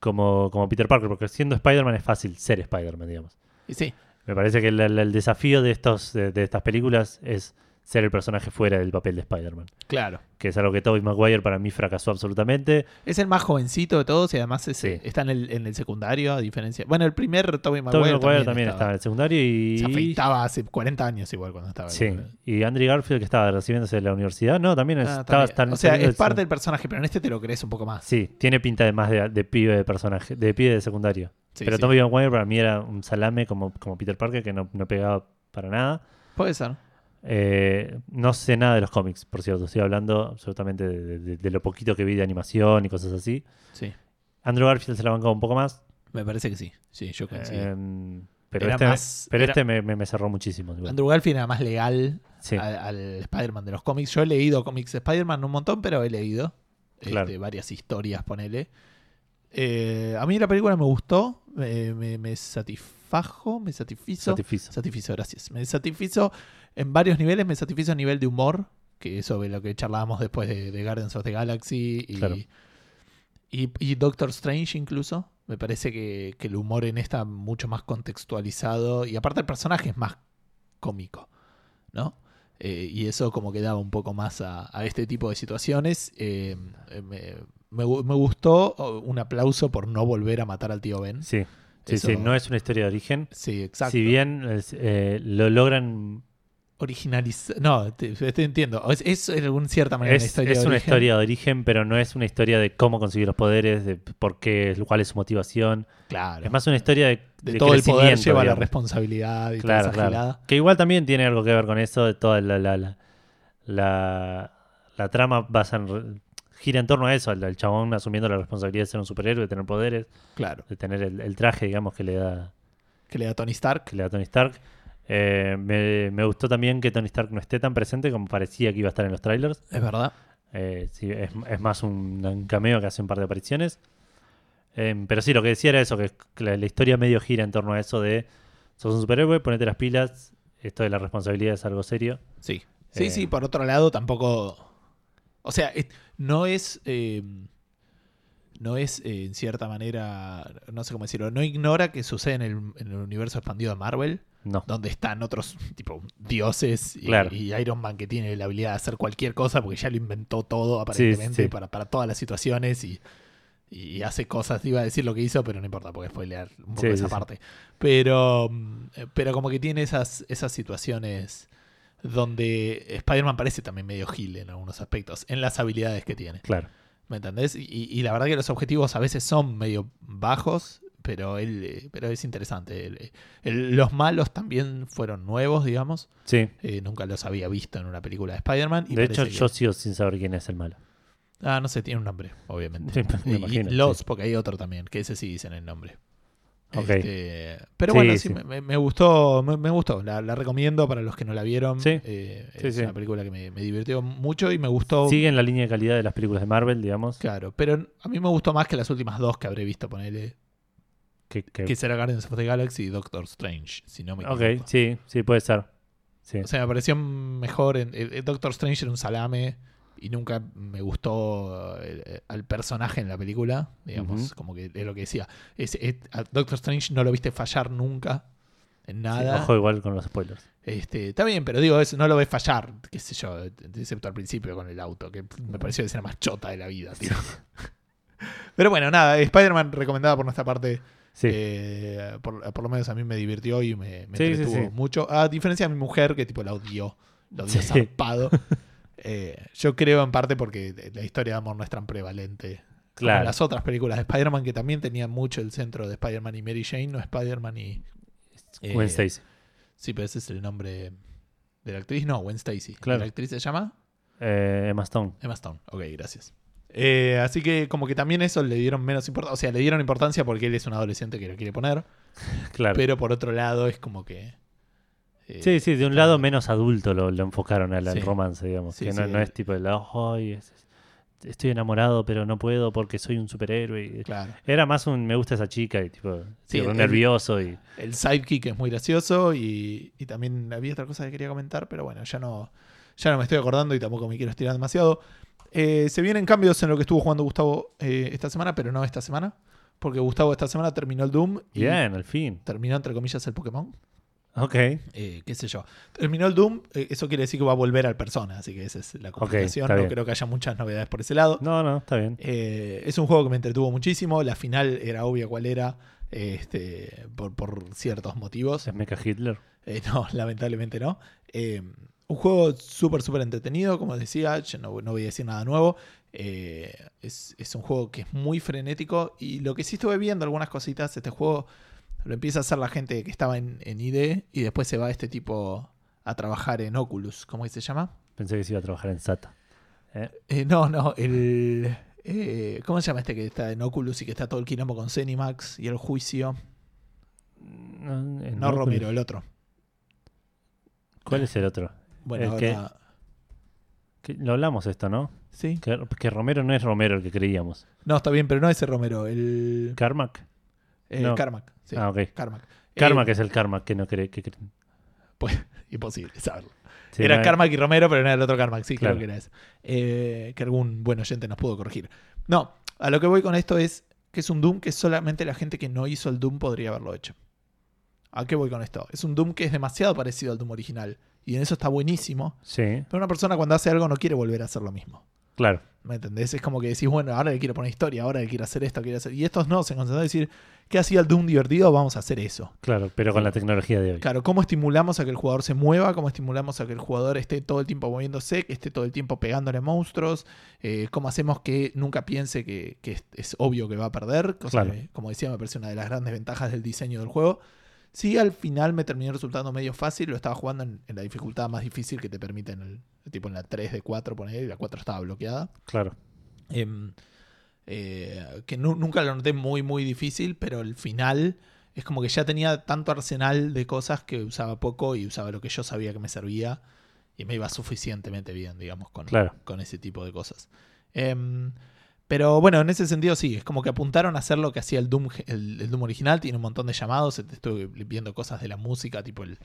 como, como Peter Parker, porque siendo Spider-Man es fácil ser Spider-Man, digamos. Y sí. Me parece que el, el- el desafío de, estos, de, de estas películas es ser el personaje fuera del papel de Spider-Man, claro. que es algo que Tobey Maguire para mí fracasó absolutamente. Es el más jovencito de todos y además es- Sí. está en el, en el secundario, a diferencia. Bueno, el primer Tobey Maguire, Tobey Maguire también, estaba estaba. en el secundario y... Se afeitaba hace 40 años igual cuando estaba. Sí, y Andrew Garfield que estaba recibiéndose de la universidad, no, también Ah, es- estaba también. estaba o sea, saliendo del es parte secu- del personaje, pero en este te lo crees un poco más. Sí, tiene pinta de más de, de pibe de personaje, de pibe de secundario. Sí, Pero sí. Tommy Maguire para mí era un salame como, como Peter Parker que no, no pegaba para nada. Puede ser. Eh, no sé nada de los cómics, por cierto, estoy hablando absolutamente de, de- de lo poquito que vi de animación y cosas así. Sí. Andrew Garfield se la bancaba un poco más, Me parece que sí. Sí, yo coincido. eh, pero, Era este, más- pero era- este me, me- me cerró muchísimo. igual. Andrew Garfield era más legal Sí. al, al Spider-Man de los cómics. Yo he leído cómics de Spider-Man un montón, pero he leído Claro. este, varias historias, ponele. Eh, a mí la película me gustó, me, me- me satisfajo, me satisfizo. Satisfizo. Satisfizo, gracias. Me satisfizo en varios niveles. Me satisfizo a nivel de humor, que es sobre lo que charlábamos después de, de Guardians of the Galaxy y, Claro. y, y Doctor Strange incluso. Me parece que, que el humor en esta mucho más contextualizado y aparte el personaje es más cómico, ¿no? Eh, y eso como que daba un poco más a, a este tipo de situaciones. Eh, eh, me, me gu- me gustó oh, un aplauso por no volver a matar al tío Ben. Sí, Sí, sí, Eso- sí, no es una historia de origen. exacto. Si bien es- eh, lo logran originalizar. No, te, te entiendo. Es, es en alguna cierta manera Es, una historia. es de una origen. historia de origen, pero no es una historia de cómo conseguir los poderes, de por qué, cuál es su motivación. Claro. Es más una historia de, de, de todo el poder crecimiento, lleva la digamos. responsabilidad y toda Claro, esa claro. gilada. Que igual también tiene algo que ver con eso, de toda la, la, la, la- la trama basa en- gira en torno a eso, al, al chabón asumiendo la responsabilidad de ser un superhéroe, de tener poderes, Claro. de tener el, el traje, digamos, que le da, Que le da Tony Stark. que le da Tony Stark. Eh, me, me gustó también que Tony Stark no esté tan presente como parecía que iba a estar en los trailers. Es verdad. Eh, sí, es, es más un, un cameo que hace un par de apariciones. Em, pero sí, lo que decía era eso, que, que la, la historia medio gira en torno a eso de sos un superhéroe, ponete las pilas, esto de la responsabilidad es algo serio. Sí. Sí, Eh. sí, por otro lado tampoco. O sea, es- no es. eh, no es, eh, en cierta manera. No sé cómo decirlo. No ignora que sucede en el, en el universo expandido de Marvel. No, donde están otros tipo dioses y, Claro. y Iron Man que tiene la habilidad de hacer cualquier cosa porque ya lo inventó todo aparentemente sí. Para, para todas las situaciones y y hace cosas, iba a decir lo que hizo, pero no importa, porque spoilear un poco Sí, esa sí, sí. parte. Pero, mm, pero como que tiene esas, esas situaciones donde Spider-Man parece también medio gil en algunos aspectos, en las habilidades que tiene. Claro. ¿Me entendés? Y, y la verdad que los objetivos a veces son medio bajos, pero él, eh, pero es interesante. Él, eh, él- los malos también fueron nuevos, digamos. Sí. Eh, nunca los había visto en una película de Spider-Man. y De hecho, parece que- yo sigo sin saber quién es el malo. Ah, no sé, tiene un nombre, obviamente. Sí, me Y- imagino, y Los, sí. porque hay otro también, que ese sí dicen el nombre. Ok. Este, pero Sí, bueno, sí, sí. Me, me- me gustó, me, me gustó. La, la recomiendo para los que no la vieron. Sí. Eh, Sí, es sí. una película que me, me divirtió mucho y me gustó. Sigue en la línea de calidad de las películas de Marvel, digamos. Claro, pero a mí me gustó más que las últimas dos que habré visto, ponele. Que, que- Que será Guardians of the Galaxy y Doctor Strange, si no me equivoco. ok, sí, sí, puede ser. Sí. O sea, me pareció mejor. En, eh, eh, Doctor Strange era un salame y nunca me gustó eh, al personaje en la película. Digamos, Ujú. como que es lo que decía. Es- es- a Doctor Strange no lo viste fallar nunca en nada. Sí, ojo igual con los spoilers. Este, está bien, pero digo, eso no lo ves fallar, qué sé yo, excepto al principio con el auto, que me pareció la escena más chota de la vida, tío. Pero bueno, nada, Spider-Man recomendada por nuestra parte. Sí. eh, por, por lo menos a mí me divirtió y me, me Sí, sí, entretuvo sí. mucho. A diferencia de mi mujer, que tipo la odió, la odió Sí. zarpado. Eh, yo creo en parte porque la historia de amor no es tan prevalente. como Claro. las otras películas de Spider-Man, que también tenían mucho el centro de Spider-Man y Mary Jane, no Spider-Man y. eh, Gwen Stacy. Sí, pero ese es el nombre de la actriz. No, Gwen Stacy. Claro. La actriz se llama Eh, Emma Stone. Emma Stone. Ok, gracias. Eh, así que como que también eso le dieron menos importancia. O sea, le dieron importancia porque él es un adolescente que lo quiere poner. Claro. Pero por otro lado es como que... eh, sí, sí, de un lado menos adulto lo, lo enfocaron al, al Sí. romance, digamos. Sí, que no, sí, no el- es tipo el, "Ay, es- es- estoy enamorado, pero no puedo porque soy un superhéroe. y- Claro. Era más un me gusta esa chica y tipo, Sí, tipo, el- nervioso y. El sidekick es muy gracioso y, y también había otra cosa que quería comentar, pero bueno, ya no, ya no me estoy acordando y tampoco me quiero estirar demasiado. Eh, se vienen cambios en lo que estuvo jugando Gustavo eh, esta semana, pero no esta semana. Porque Gustavo esta semana terminó el Doom y Bien, al fin. terminó entre comillas el Pokémon. Ok. eh, qué sé yo. Terminó el Doom, eh, eso quiere decir que va a volver al persona, así que esa es la complicación. está no bien. creo que haya muchas novedades por ese lado. No, no, está bien. Eh, es un juego que me entretuvo muchísimo. La final era obvia cuál era, este, por, por ciertos motivos. Es Mecha Hitler. Eh, no, lamentablemente no. Eh, un juego súper, súper entretenido, como decía, yo no, no voy a decir nada nuevo. Eh, es, es un juego que es muy frenético y lo que sí estuve viendo algunas cositas, este juego lo empieza a hacer la gente que estaba en, en ID y después se va este tipo a trabajar en Oculus, ¿cómo que se llama? Pensé que se iba a trabajar en SATA. Eh, Eh, no, no, el... eh, ¿Cómo se llama este que está en Oculus y que está todo el quilombo con Cenimax y el juicio? No, en No, Oculus. Romero, el otro. ¿Cuál es el otro? Bueno, ¿El qué? ahora- Que- Lo hablamos esto, ¿no? Sí. Que, que Romero no es Romero el que creíamos. No, está bien, pero no ese Romero, el... Carmack. Eh, No. Carmack. Sí, Ah, ok. Carmack. Carmack Eh, es el Carmack que no cree. Que cre- pues, imposible saberlo. Sí, era no, eh. Carmack y Romero, pero no era el otro Carmack. Sí, Claro. creo que era ese. Eh, que algún buen oyente nos pudo corregir. No, a lo que voy con esto es que es un Doom que solamente la gente que no hizo el Doom podría haberlo hecho. ¿A qué voy con esto? Es un Doom que es demasiado parecido al Doom original. Y en eso está buenísimo. Sí, Pero una persona cuando hace algo no quiere volver a hacer lo mismo. claro. ¿Me entendés? Es como que decís, bueno, ahora le quiero poner historia, ahora le quiero hacer esto, quiero hacer. Y estos no, se concentraron en decir, ¿qué hacía el Doom divertido? Vamos a hacer eso. Claro, pero con la tecnología de hoy. Claro, ¿cómo estimulamos a que el jugador se mueva? ¿Cómo estimulamos a que el jugador esté todo el tiempo moviéndose? Que esté todo el tiempo pegándole monstruos. Eh, ¿Cómo hacemos que nunca piense que, que es, es obvio que va a perder? Cosa Claro. que, como decía, me parece una de las grandes ventajas del diseño del juego. Sí, al final me terminó resultando medio fácil. Lo estaba jugando en, en la dificultad más difícil que te permiten, el, tipo en la 3 de 4, poner, y la 4 estaba bloqueada. Claro. Em, eh, que nu- nunca lo noté muy, muy difícil, pero el final es como que ya tenía tanto arsenal de cosas que usaba poco y usaba lo que yo sabía que me servía y me iba suficientemente bien, digamos, con, Claro. con ese tipo de cosas. Em, pero bueno, en ese sentido sí, es como que apuntaron a hacer lo que hacía el Doom, ge- el, el Doom original, tiene un montón de llamados, este, estuve viendo cosas de la música, tipo el,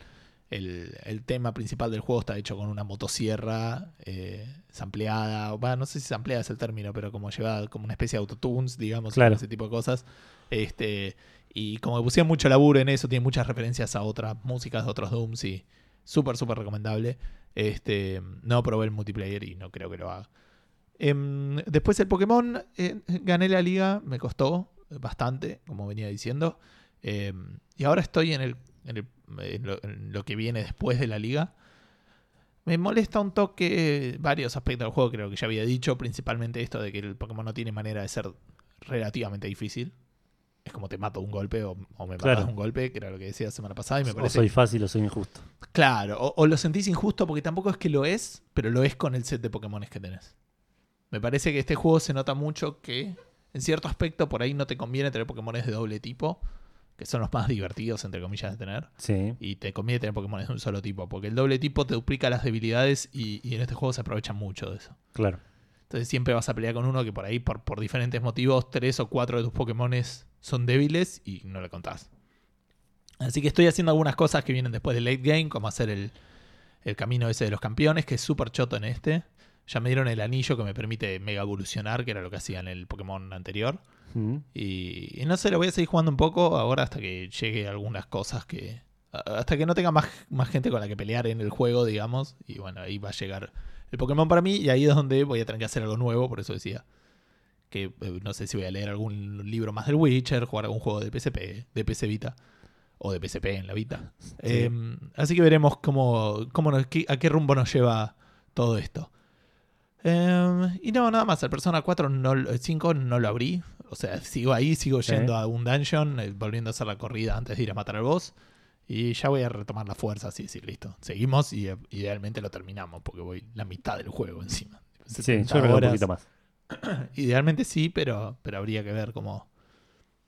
el, el tema principal del juego está hecho con una motosierra eh, sampleada, va, no sé si sampleada es el término, pero como llevada como una especie de autotunes, digamos, Claro. ese tipo de cosas. Este, y como que pusieron mucho laburo en eso, tiene muchas referencias a otras músicas de otros Dooms y súper, súper recomendable. Este, no probé el multiplayer y no creo que lo haga. Em, después el Pokémon, eh, gané la liga, me costó bastante, como venía diciendo. Em, y ahora estoy en, el, en, el- en lo, en lo que viene después de la liga. Me molesta un toque varios aspectos del juego, creo que ya había dicho, principalmente esto de que el Pokémon no tiene manera de ser relativamente difícil. Es como te mato un golpe o, o me Claro. matas un golpe, que era lo que decía la semana pasada y me o parece soy fácil o soy injusto. Claro, o, o lo sentís injusto porque tampoco es que lo es, pero lo es con el set de Pokémones que tenés. Me parece que este juego se nota mucho que en cierto aspecto por ahí no te conviene tener Pokémones de doble tipo, que son los más divertidos, entre comillas, de tener. Sí. Y te conviene tener Pokémones de un solo tipo, porque el doble tipo te duplica las debilidades y, y en este juego se aprovechan mucho de eso. Claro. Entonces siempre vas a pelear con uno que por ahí, por, por diferentes motivos, tres o cuatro de tus Pokémones son débiles y no le contás. Así que estoy haciendo algunas cosas que vienen después del late game, como hacer el, el camino ese de los campeones, que es súper choto en este. Ya me dieron el anillo que me permite mega evolucionar, que era lo que hacía en el Pokémon anterior. Mm. Y, y no sé, lo voy a seguir jugando un poco ahora hasta que llegue algunas cosas que. a- Hasta que no tenga más, más gente con la que pelear en el juego, digamos. Y bueno, ahí va a llegar el Pokémon para mí. Y ahí es donde voy a tener que hacer algo nuevo. Por eso decía que eh, no sé si voy a leer algún libro más del Witcher, jugar algún juego de PSP, de PC Vita. O de PSP en la Vita. Em, así que veremos cómo, cómo nos- qué- a qué rumbo nos lleva todo esto. Em, y no, nada más. El Persona 4 no, lo- 5 no lo abrí. O sea, sigo ahí, sigo Sí. yendo a un dungeon, eh, volviendo a hacer la corrida antes de ir a matar al boss. Y ya voy a retomar las fuerzas y decir, listo, seguimos y eh, idealmente lo terminamos porque voy la mitad del juego encima. Sí, 70 yo creo que un horas. poquito más. Idealmente sí, pero, pero habría que ver cómo...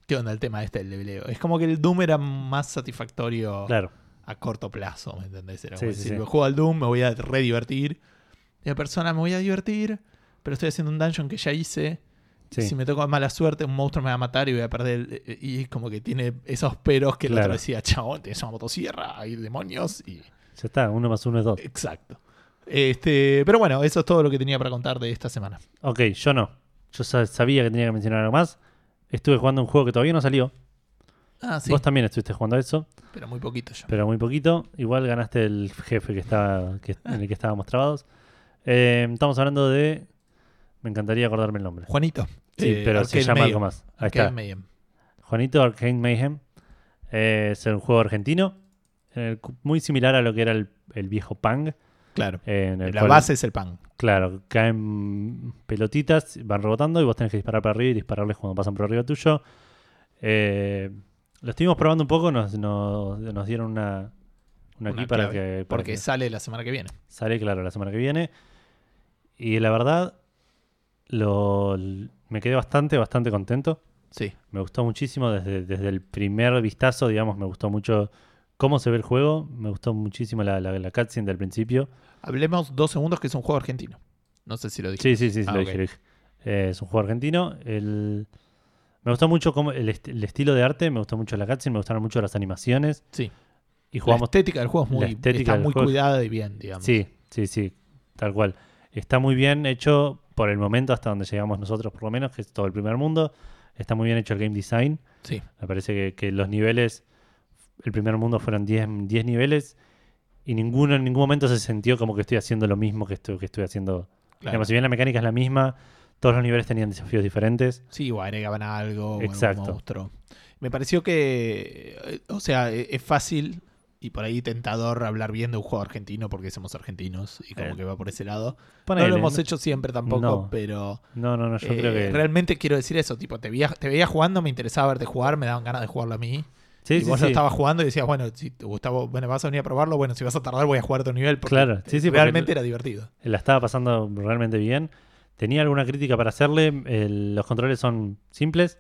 ¿Qué onda el tema este del leveleo? Es como que el Doom era más satisfactorio Claro. a corto plazo, ¿me entendés? Era Sí, como sí, decir, sí. juego al Doom, me voy a re divertir. Y a persona me voy a divertir, pero estoy haciendo un dungeon que ya hice. Sí. Si me toca mala suerte, un monstruo me va a matar y voy a perder. el- eh, Y es como que tiene esos peros que el Claro. otro decía, chabón, tenés una motosierra, hay demonios. Y... Ya está, uno más uno es dos. Exacto. Este, pero bueno, eso es todo lo que tenía para contar de esta semana. Ok, yo no. Yo sa- sabía que tenía que mencionar algo más. Estuve jugando un juego que todavía no salió. Ah, sí, Vos también estuviste jugando a eso, pero muy poquito yo. pero muy poquito. Igual ganaste el jefe que estaba, que- en el que estábamos trabados. Eh, estamos hablando de. Me encantaría acordarme el nombre. Juanito. Sí, eh, pero se Arcade llama Mayhem. algo más. Ahí Arcade está. Mayhem. Juanito Arcane Mayhem. Eh, es un juego argentino. eh, cu- muy similar a lo que era el, el viejo Pang. Claro. en el La cual- base es el pan. Claro, caen pelotitas, van rebotando y vos tenés que disparar para arriba y dispararles cuando pasan por arriba tuyo. Eh, lo estuvimos probando un poco, nos, nos- nos dieron una, una Una aquí para clave, que, para Porque que sale la semana que viene. sale, claro, la semana que viene. Y la verdad, lo, me quedé bastante, bastante contento. Sí. Me gustó muchísimo desde, desde el primer vistazo, digamos, me gustó mucho cómo se ve el juego, me gustó muchísimo la, la, la cutscene del principio. Hablemos dos segundos que es un juego argentino. No sé si lo dije. Sí, sí, sí, sí, Ah, lo ok. dije, lo dije. Eh, es un juego argentino. El- Me gustó mucho cómo- el, est- el estilo de arte, me gustó mucho la cutscene, me gustaron mucho las animaciones. Sí. Y La jugamos. estética del juego es la muy, estética está del muy juego- cuidada y bien, digamos. Sí, sí, sí, tal cual. Está muy bien hecho por el momento hasta donde llegamos nosotros, por lo menos, que es todo el primer mundo. Está muy bien hecho el game design. Sí. Me parece que, que los niveles, el primer mundo fueron 10 10 niveles y ninguno en ningún momento se sintió como que estoy haciendo lo mismo que estoy, que estoy haciendo. claro. Digamos, si bien la mecánica es la misma, todos los niveles tenían desafíos diferentes. Sí, o agregaban algo, o Exacto. algún monstruo. Me pareció que, eh, o sea, e- es fácil y por ahí tentador hablar bien de un juego argentino porque somos argentinos y como Eh, que va por ese lado. Ponele, no lo hemos no- hecho siempre tampoco, No. pero No, no, no, yo eh, creo que. realmente quiero decir eso. Tipo, te veía, te veía jugando, me interesaba verte jugar, me daban ganas de jugarlo a mí. Sí, y sí, vos lo sí. estabas jugando y decías, bueno, si te- Gustavo, bueno, vas a venir a probarlo, bueno, si vas a tardar voy a jugar a otro nivel. Porque Claro, sí, sí, porque- realmente era divertido. La estaba pasando realmente bien. Tenía alguna crítica para hacerle. el- los controles son simples: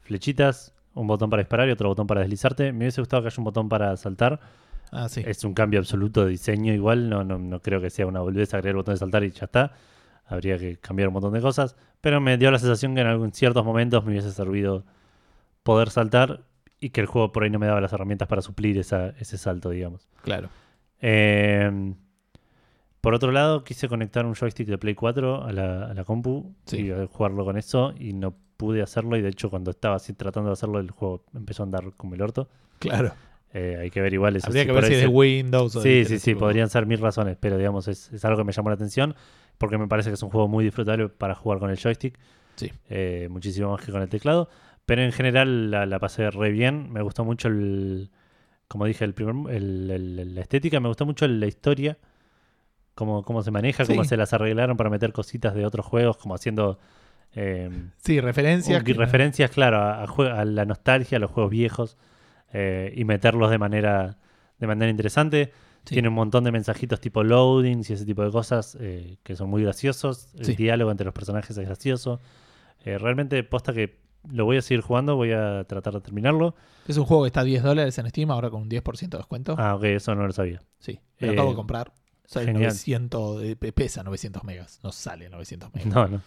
flechitas, un botón para disparar y otro botón para deslizarte. Me hubiese gustado que haya un botón para saltar. Ah, sí. Es un cambio absoluto de diseño, igual. No, no, no creo que sea una boludez agregar el botón de saltar y ya está. Habría que cambiar un montón de cosas. Pero me dio la sensación que en algún- ciertos momentos me hubiese servido poder saltar y que el juego por ahí no me daba las herramientas para suplir esa- ese salto, digamos. Claro. Eh, por otro lado, quise conectar un joystick de Play 4 a la, a la compu Sí. y eh, jugarlo con eso y no pude hacerlo y de hecho cuando estaba así tratando de hacerlo el juego empezó a andar como el orto. Claro. Eh, hay que ver igual eso. Habría sí, que por ver si ahí es de se- Windows o de Sí, ese sí, sí, tipo. podrían ser mil razones, pero digamos es, es algo que me llamó la atención. porque me parece que es un juego muy disfrutable para jugar con el joystick. Sí. Eh, muchísimo más que con el teclado. Pero en general la, la pasé re bien. Me gustó mucho el. Como dije, el primer, el- el- la estética. Me gustó mucho la historia. Cómo, cómo se maneja, cómo Sí. se las arreglaron para meter cositas de otros juegos, como haciendo. eh, Sí, referencias. un- que- referencias, claro, a, a jue- a la nostalgia, a los juegos viejos eh, y meterlos de manera, de manera interesante. Sí. Tiene un montón de mensajitos tipo loadings y ese tipo de cosas eh, que son muy graciosos. El Sí. diálogo entre los personajes es gracioso. Eh, realmente, posta que lo voy a seguir jugando, voy a tratar de terminarlo. Es un juego que está a 10 dólares en Steam, ahora con un 10% de descuento. Ah, ok, eso no lo sabía. Sí, me lo Eh, acabo de comprar. Sale genial. 900, de- pe- pesa 900 megas, no sale 900 megas. No, no.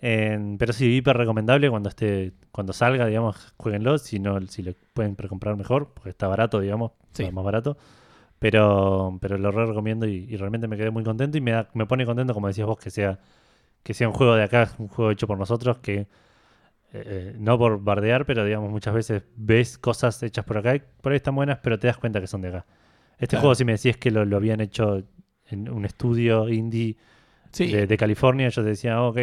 En- pero sí, hiper recomendable cuando esté, cuando salga, digamos, jueguenlo. Si no, si lo pueden precomprar mejor, porque está barato, digamos, Sí. está más barato. Pero, pero lo re recomiendo y, y realmente me quedé muy contento y me, da- me pone contento, como decías vos, que sea, que sea un juego de acá, un juego hecho por nosotros, que eh, eh, no por bardear, pero digamos, muchas veces ves cosas hechas por acá, y por ahí están buenas, pero te das cuenta que son de acá. Este Claro. juego, si me decías que lo, lo habían hecho en un estudio indie Sí, de, de California, yo te decía, "Ah, ok,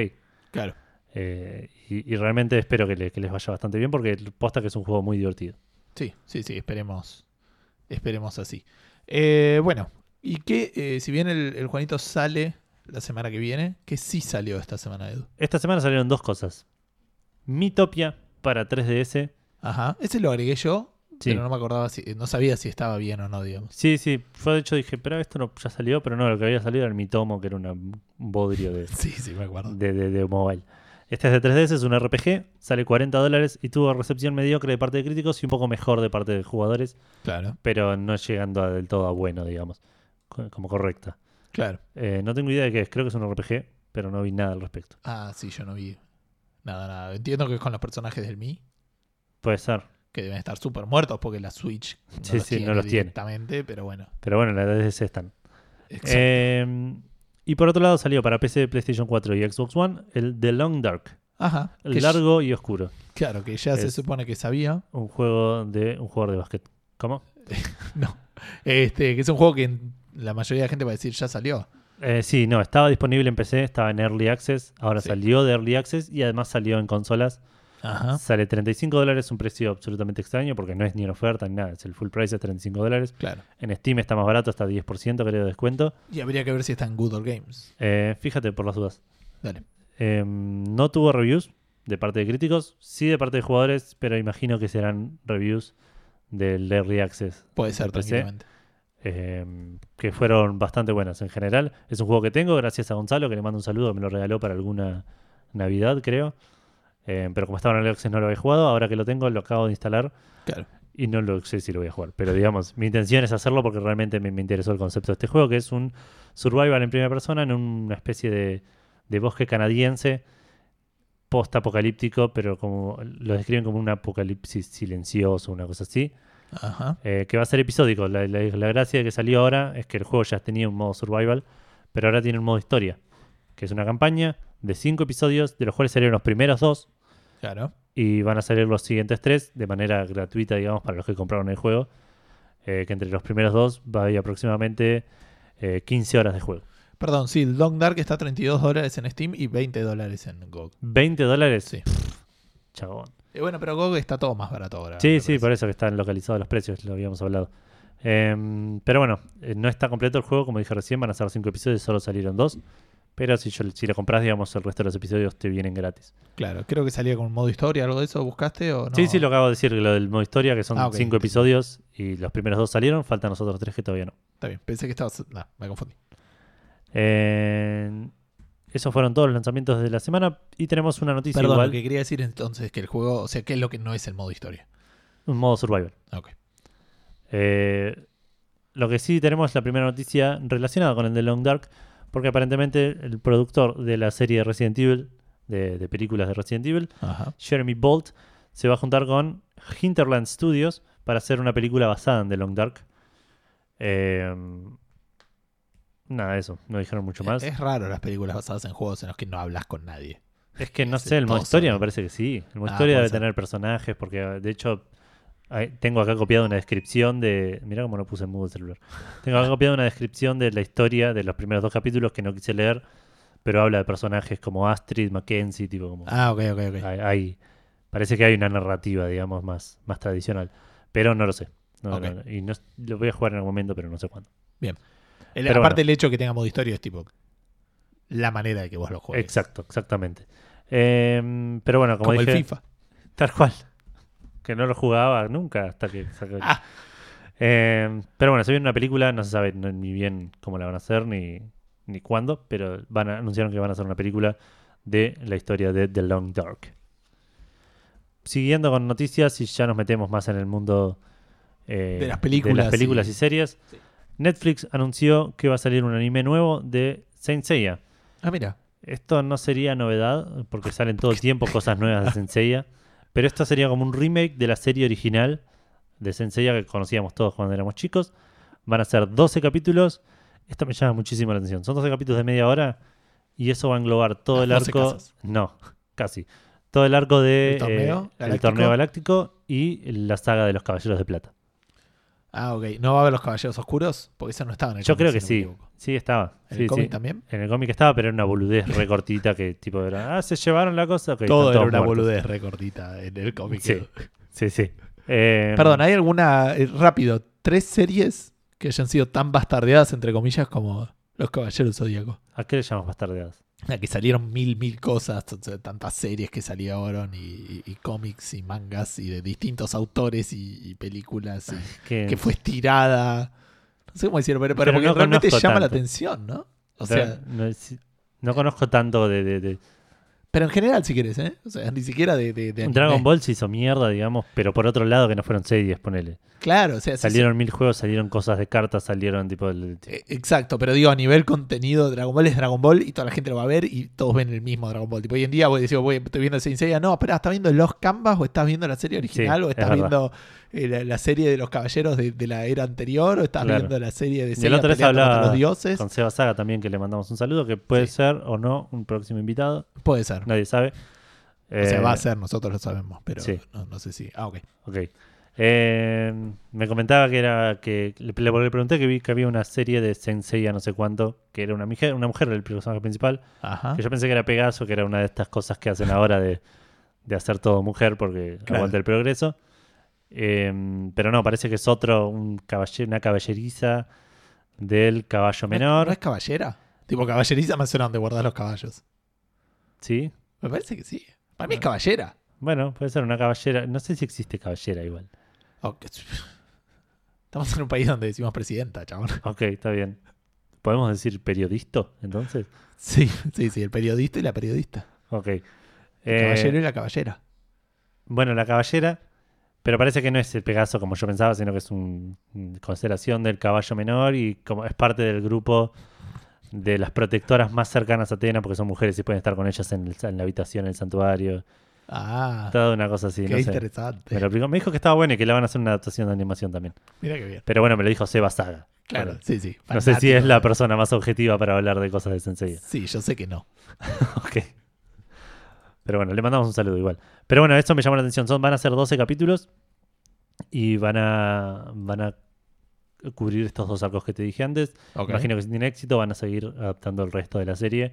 claro. eh, y, y realmente espero que, le- que les vaya bastante bien porque el posta que es un juego muy divertido. Sí, sí, sí, esperemos. Esperemos así. Eh, bueno, y que eh, si bien el, el Juanito sale la semana que viene, que sí salió esta semana, Edu. Esta semana salieron dos cosas. Mitopia para 3DS. Ajá, ese lo agregué yo, Sí, pero no me acordaba si, no sabía si estaba bien o no, digamos. sí, sí. Yo de hecho dije, pero esto no, ya salió, pero no, lo que había salido era el Mitomo, que era una- un bodrio de, Sí, sí, me acuerdo. de, de- de mobile. Este es de 3DS, es un RPG, sale 40 dólares y tuvo recepción mediocre de parte de críticos y un poco mejor de parte de jugadores, Claro, pero no llegando a- del todo a bueno, digamos, co- como correcta. claro. Eh, no tengo idea de qué es, creo que es un RPG, pero no vi nada al respecto. Ah, sí, yo no vi nada, nada. Entiendo que es con los personajes del Mii, Puede ser. que deben estar súper muertos porque la Switch no Sí, los sí, no tiene los tiene. directamente, pero bueno. Pero bueno, las DDC están. Exacto. Eh, y por otro lado salió para PC, PlayStation 4 y Xbox One el The Long Dark, Ajá. el que ya- largo y oscuro. claro, que ya se es- supone que sabía. Un juego de un jugador de básquet. ¿Cómo? No. Este, que es un juego que en- la mayoría de gente va a decir ya salió. Eh, sí, no, estaba disponible en PC, estaba en Early Access, ahora Sí. salió de Early Access y además salió en consolas. Ajá. Sale 35 dólares, un precio absolutamente extraño porque no es ni en oferta ni nada, es el full price, es 35 dólares. Claro. En Steam está más barato, hasta 10% creo de descuento. Y habría que ver si está en Good Old Games. Eh, fíjate por las dudas. Dale. Eh, no tuvo reviews de parte de críticos, sí de parte de jugadores, pero imagino que serán reviews del Early Access, Puede ser De PC. tranquilamente. eh, que fueron bastante buenas en general. Es un juego que tengo, gracias a Gonzalo, que le mando un saludo, me lo regaló para alguna Navidad, creo. Eh, pero como estaba en el Early Access no lo había jugado, ahora que lo tengo lo acabo de instalar Claro. y no lo sé si lo voy a jugar. Pero digamos, mi intención es hacerlo porque realmente me, me interesó el concepto de este juego, que es un survival en primera persona en una especie de, de bosque canadiense post-apocalíptico, pero como lo describen como un apocalipsis silencioso, una cosa así, Ajá. eh, que va a ser episódico. La, la- la gracia de que salió ahora es que el juego ya tenía un modo survival, pero ahora tiene un modo historia, que es una campaña de cinco episodios, de los cuales salieron los primeros dos, Claro. y van a salir los siguientes tres de manera gratuita, digamos, para los que compraron el juego. Eh, que entre los primeros dos va a haber aproximadamente eh, 15 horas de juego. Perdón, sí, el Long Dark está a 32 dólares en Steam y 20 dólares en GOG. 20 dólares. Sí. Chabón. Eh, bueno, pero GOG está todo más barato ahora. Sí, Ah, me sí, parece. por eso que están localizados los precios, lo habíamos hablado. Em, pero bueno, eh, no está completo el juego, como dije recién, van a ser cinco episodios, solo salieron dos. Pero si, yo, si lo compras, digamos, el resto de los episodios te vienen gratis. Claro, creo que salía con un modo historia, algo de eso, ¿buscaste o no? Sí, sí, lo acabo de decir, lo del modo historia, que son Ah, ok, cinco entendí. episodios y los primeros dos salieron, faltan los otros tres que todavía no. Está bien, pensé que estabas... No, me confundí. Eh, esos fueron todos los lanzamientos de la semana. Y tenemos una noticia Perdón, igual. lo que quería decir entonces es que el juego, o sea, ¿qué es lo que no es el modo historia? Un modo survival. Ok. Eh, lo que sí tenemos es la primera noticia relacionada con el de Long Dark. Porque aparentemente el productor de la serie de Resident Evil, de, de películas de Resident Evil, Ajá. Jeremy Bolt, se va a juntar con Hinterland Studios para hacer una película basada en The Long Dark. Eh, nada, eso. No dijeron mucho más. Eh, Es raro las películas basadas en juegos en los que no hablas con nadie. Es que no Ese sé, el modo todo historia solo. me parece que sí. El modo Ah, historia puede debe ser. tener personajes, porque de hecho hay- tengo acá copiado una descripción de. Mirá cómo lo puse en mudo el celular. Tengo acá copiado una descripción de la historia de los primeros dos capítulos que no quise leer pero habla de personajes como Astrid, Mackenzie, tipo como... Ah, ok, ok, ok. hay, hay- parece que hay una narrativa, digamos, más, más tradicional. Pero no lo sé. No, Ok. no, no. Y no, lo voy a jugar en algún momento, pero no sé cuándo. El- pero aparte bueno. el hecho de que tenga modo historia es tipo la manera de que vos lo juegues. Exacto, exactamente. Eh, pero bueno, como, Como, el dije, FIFA. tal cual. Que no lo jugaba nunca hasta que sacó el- Ah. Eh, pero bueno, se viene una película, no se sabe no- ni bien cómo la van a hacer ni, ni cuándo, pero van a- anunciaron que van a hacer una película de la historia de The Long Dark. Siguiendo con noticias, y ya nos metemos más en el mundo eh, De las películas las películas y- y, series, Sí. Netflix anunció que va a salir un anime nuevo de Saint Seiya. Ah, mira. Esto no sería novedad, porque salen todo el tiempo cosas nuevas de Senseiya. Pero esto sería como un remake de la serie original de Senseiya que conocíamos todos cuando éramos chicos. Van a ser 12 capítulos. Esto me llama muchísimo la atención. Son 12 capítulos de media hora y eso va a englobar todo Las el 12 arco. casas. No, casi. Todo el arco de, El torneo eh, el galáctico. torneo galáctico y la saga de los Caballeros de Plata. Ah, ok. ¿No va a haber los Caballeros Oscuros? Porque eso no estaba en el Yo cómic, creo que si no me sí. equivoco. Sí, estaba. ¿En Sí, el cómic sí. también? En el cómic estaba, pero era una boludez recortita que tipo era, ah, se llevaron la cosa. ok, están Todo era todos una muertos. boludez recortita en el cómic. Sí. Sí, sí. Eh, Perdón, ¿hay alguna, eh, rápido, tres series que hayan sido tan bastardeadas, entre comillas, como Los Caballeros Zodíacos? ¿A qué le llamamos bastardeadas? La que salieron mil, mil cosas, t- t- tantas series que salieron, y, y- y cómics, y mangas, y de distintos autores, y, y películas, y Que, que fue estirada. No sé cómo decirlo, pero, Ah. pero Pero porque no realmente conozco llama la tanto. atención, ¿no? O pero sea, no, es- no conozco tanto de, de- de- pero en general, si quieres, ¿eh? O sea, ni siquiera de. de- de Dragon anime. Ball se hizo mierda, digamos, pero por otro lado que no fueron series, ponele. Claro, o sea, sí, sí. Salieron mil juegos, salieron cosas de cartas, salieron tipo... el- Eh, Exacto, pero digo, a nivel contenido, Dragon Ball es Dragon Ball y toda la gente lo va a ver y todos ven el mismo Dragon Ball. Tipo, hoy en día voy a decir, voy, estoy viendo Saint Seiya, no, espera, ¿estás viendo Los Canvas o estás viendo la serie original Sí, o es estás verdad. viendo eh, la, la serie de los caballeros de, de la era anterior o estás Claro. viendo la serie de Y el Seiya otro vez peleando contra hablaba los dioses? con Seba Saga también, que le mandamos un saludo, que puede Sí. ser o no un próximo invitado, Puede ser. nadie sabe. o sea, Eh, va a ser, nosotros lo sabemos, pero sí. no, no sé si. Ah, ok. Ok. Eh, me comentaba que era que le, le pregunté que vi que había una serie de Sensei a no sé cuánto, que era una mujer, una mujer el personaje principal, Ajá. que yo pensé que era Pegaso, que era una de estas cosas que hacen ahora de, de hacer todo mujer porque Claro. aguanta el progreso. Eh, pero no, parece que es otro, un caballe- una caballeriza del caballo ¿No es- menor. ¿No es caballera? Tipo, caballeriza me suena donde guardás los caballos. Sí. Me parece que sí. Para mí es Ah. caballera. Bueno, puede ser una caballera. No sé si existe caballera igual. Ok. Estamos en un país donde decimos presidenta, chabón. Ok, está bien. ¿Podemos decir periodisto entonces? Sí, sí, sí, el periodista y la periodista. Ok. El Eh, caballero y la caballera. Bueno, la caballera, pero parece que no es el Pegaso como yo pensaba, sino que es un- una constelación del caballo menor y como es parte del grupo de las protectoras más cercanas a Atena, porque son mujeres y pueden estar con ellas en, el- en la habitación, en el santuario. Ah, Toda una cosa así, qué no sé. interesante. Me, lo explicó. Me dijo que estaba bueno y que le van a hacer una adaptación de animación también. Mira qué bien. Pero bueno, me lo dijo Seba Saga. Claro, Bueno, sí, sí. no sé si es la fanático persona más objetiva para hablar de cosas de de- Sensei. Sí, yo sé que no. Ok. Pero bueno, le mandamos un saludo igual. Pero bueno, esto me llamó la atención. Son, van a ser 12 capítulos y van a, van a cubrir estos dos arcos que te dije antes. Ok. Imagino que si tiene éxito van a seguir adaptando el resto de la serie.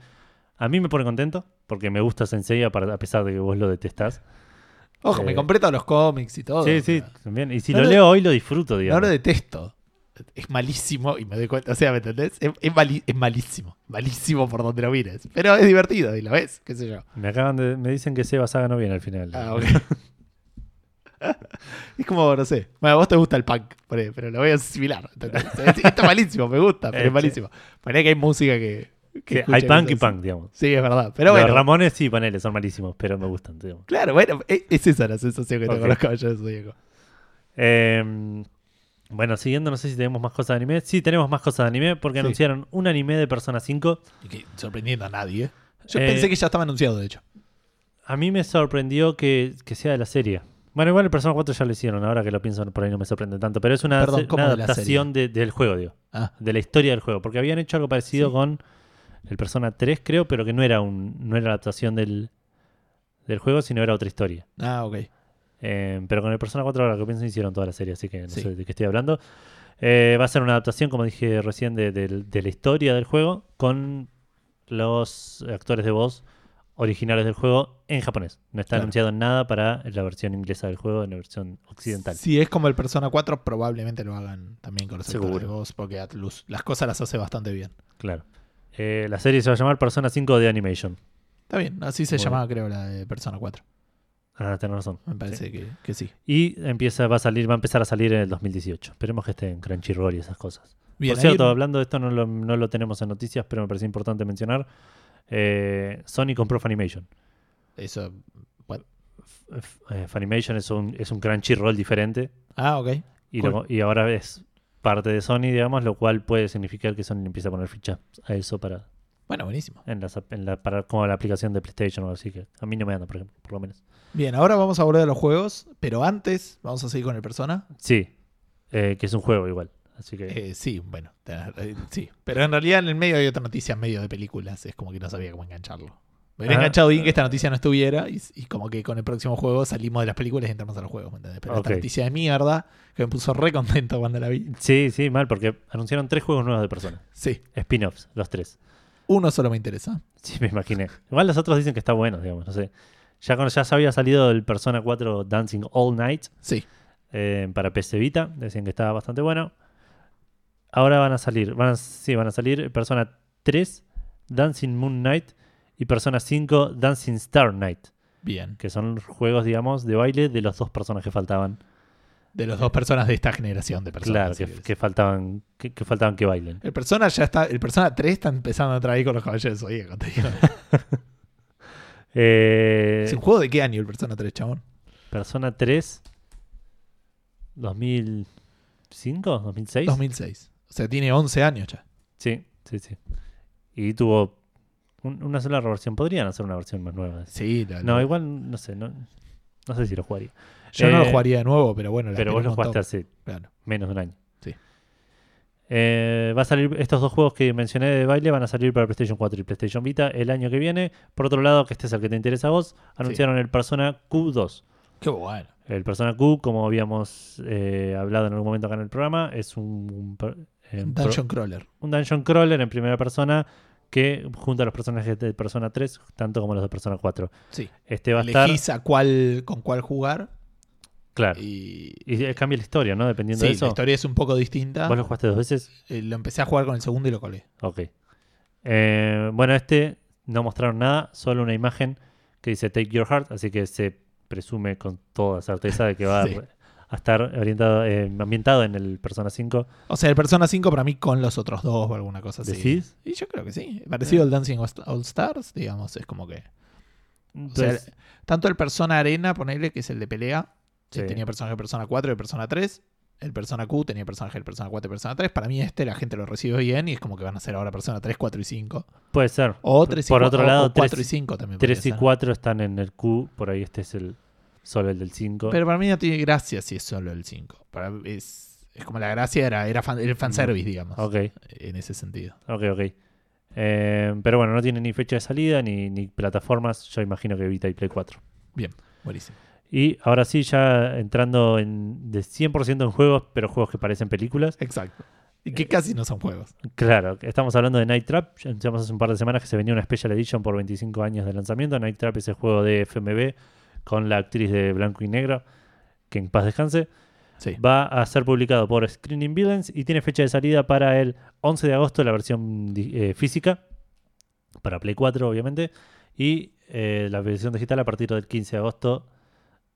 A mí me pone contento porque me gusta Sensei a par- a pesar de que vos lo detestás. Ojo, me Eh, compré todos los cómics y todo. sí, o sí, sea, también. Y si No lo lo- leo hoy lo disfruto, No digamos. lo detesto. Es malísimo y me doy cuenta. O sea, ¿me entendés? Es, es mali- es malísimo. Malísimo por donde lo mires. Pero es divertido y lo ves, qué sé yo. Me acaban de, me dicen que Seba Saga no viene al final. Ah, ok. es como, no sé. Bueno, a vos te gusta el punk, por ahí, pero lo veo similar. ¿entendés? Es- Está malísimo, me gusta, pero Eh, es malísimo. Parece que hay música que. que Que escucha hay punk y cosas. punk, digamos. Sí, es verdad. Pero Los bueno. Ramones sí, paneles, son malísimos, pero me gustan, digamos. Claro, bueno, e- es esa la sensación que tengo Ok. con los caballeros de Zodíaco. Eh, bueno, siguiendo, no sé si tenemos más cosas de anime. Sí, tenemos más cosas de anime porque Sí. anunciaron un anime de Persona 5. Y que sorprendiendo a nadie. Yo Eh, pensé que ya estaba anunciado, de hecho. A mí me sorprendió que, que sea de la serie. Bueno, igual el Persona 4 ya lo hicieron, ahora que lo pienso por ahí no me sorprende tanto, pero es una, Perdón, se- ¿cómo una de la adaptación de- del juego, digo, Ah, de la historia del juego, porque habían hecho algo parecido Sí. con el Persona 3, creo, pero que no era un no era adaptación del, del juego, sino era otra historia. ah ok. Eh, pero con el Persona 4 ahora que pienso hicieron toda la serie, así que no Sí. sé de qué estoy hablando. Eh, va a ser una adaptación, como dije recién, de, del- de la historia del juego, con los actores de voz originales del juego en japonés. No está Claro. anunciado nada para la versión inglesa del juego, en la versión occidental. Si es como el Persona 4, probablemente lo hagan también con los actores de Seguro. voz, porque Atlus las cosas las hace bastante bien. Claro. Eh, la serie se va a llamar Persona 5 de Animation. Está bien, así se Bueno. llamaba creo la de Persona 4. Ah, tenés razón. Me parece que, que sí. Y empieza, va a salir, va a empezar a salir en el 2018. Esperemos que esté en Crunchyroll y esas cosas. Bien, Por ahí- cierto, hablando de esto, no lo, no lo tenemos en noticias, pero me parece importante mencionar. eh, Sony compró Funimation. eso. what? F- eh, Funimation es un, es un Crunchyroll diferente Ah, ok. y, lo- y ahora es parte de Sony, digamos, lo cual puede significar que Sony le empieza a poner ficha a eso para Bueno, buenísimo. en las ap- en la, para, como la aplicación de PlayStation o algo así que a mí no me anda, por ejemplo, por lo menos. Bien, ahora vamos a volver a los juegos, pero antes vamos a seguir con el Persona. Sí, eh, que es un juego igual. Así que Eh, sí, bueno, tenés- eh, sí. Pero en realidad en el medio hay otra noticia en medio de películas, es como que no sabía cómo engancharlo. Me hubiera Ah. enganchado bien que esta noticia no estuviera y, y como que con el próximo juego salimos de las películas y entramos a los juegos, ¿me entendés? Pero esta Ok. noticia de mierda que me puso re contento cuando la vi. sí, sí, mal, porque anunciaron tres juegos nuevos de Persona. Sí, Spin-offs, los tres. uno solo me interesa. Sí, me imaginé. Igual los otros dicen que está bueno, digamos, no sé. Ya, cuando ya se había salido el Persona 4 Dancing All Night Sí, eh, para PC Vita, decían que estaba bastante bueno. Ahora van a salir, van a- sí, van a salir Persona 3 Dancing Moon Knight y Persona 5 Dancing Star Knight, bien. que son juegos, digamos, de baile de los dos personas que faltaban. De los dos personas de esta generación de personas. claro, si que, querés. que faltaban que, que faltaban que bailen. El Persona ya está, el Persona 3 está empezando a traer con los caballeros del Zodíaco, te digo. Eh, ¿Es un juego de qué año el Persona 3, chabón? Persona 3 2005, 2006. 2006. O sea, tiene 11 años ya. Sí, sí, sí. Y tuvo un- una sola versión. Podrían hacer una versión más nueva. Sí, la- No, igual, no sé, no, no sé si lo jugaría. yo no lo eh, jugaría de nuevo, pero bueno. la Pero esperé vos lo un jugaste montón. hace Claro. menos de un año. Sí. Eh, va a salir estos dos juegos que mencioné de baile van a salir para PlayStation 4 y PlayStation Vita el año que viene. Por otro lado, que este es el que te interesa a vos, anunciaron el Persona Q2. Qué bueno. El Persona Q, como habíamos eh, hablado en algún momento acá en el programa, es un, un per- eh, un pro- Dungeon Crawler. un dungeon crawler en primera persona que junta a los personajes de Persona 3, tanto como los de Persona 4. Sí. Este va a estar. Elegís a cuál, con cuál jugar Claro. y... Y eh, cambia la historia, ¿no? Dependiendo Sí, de la eso. historia es un poco distinta. ¿Vos lo jugaste dos veces? Eh, Lo empecé a jugar con el segundo y lo colé. Ok. Eh, bueno, este no mostraron nada, solo una imagen que dice Take Your Heart, así que se presume con toda certeza de que va a- Sí. a estar orientado, eh, ambientado en el Persona 5. O sea, el Persona 5 para mí con los otros dos o alguna cosa así. ¿Decís? Eh. Y yo creo que sí. Parecido al Dancing All Stars, digamos, es como que... O sea, Entonces, tanto el Persona Arena, ponerle que es el de pelea, que Sí. tenía personaje de Persona 4 y de Persona 3. El Persona Q tenía personaje de Persona 4 y Persona 3. Para mí este la gente lo recibe bien y es como que van a ser ahora Persona 3, 4 y 5. puede ser. O 3 y Por cua- otro o- o lado, 4 tres- y 5 también. 3 y podría ser. 4 están en el Q, por ahí este es el solo el del 5. Pero para mí no tiene gracia si es solo el 5. Para- es, es como la gracia era, era fan, el fanservice, digamos, ok. en ese sentido. Ok, ok. Eh, pero bueno, no tiene ni fecha de salida ni, ni plataformas. Yo imagino que Vita y Play 4. Buenísimo. Y ahora sí, ya entrando en, de 100% en juegos, pero juegos que parecen películas. Exacto. Y que casi no son juegos. Claro, estamos hablando de Night Trap. Ya anunciamos hace un par de semanas que se venía una Special Edition por 25 años de lanzamiento. Night Trap es el juego de FMB con la actriz de Blanco y Negro, que en paz descanse. Sí. Va a ser publicado por Screening Villains y tiene fecha de salida para el 11 de agosto, la versión di- eh, física, para Play 4 obviamente, y eh, la versión digital a partir del 15 de agosto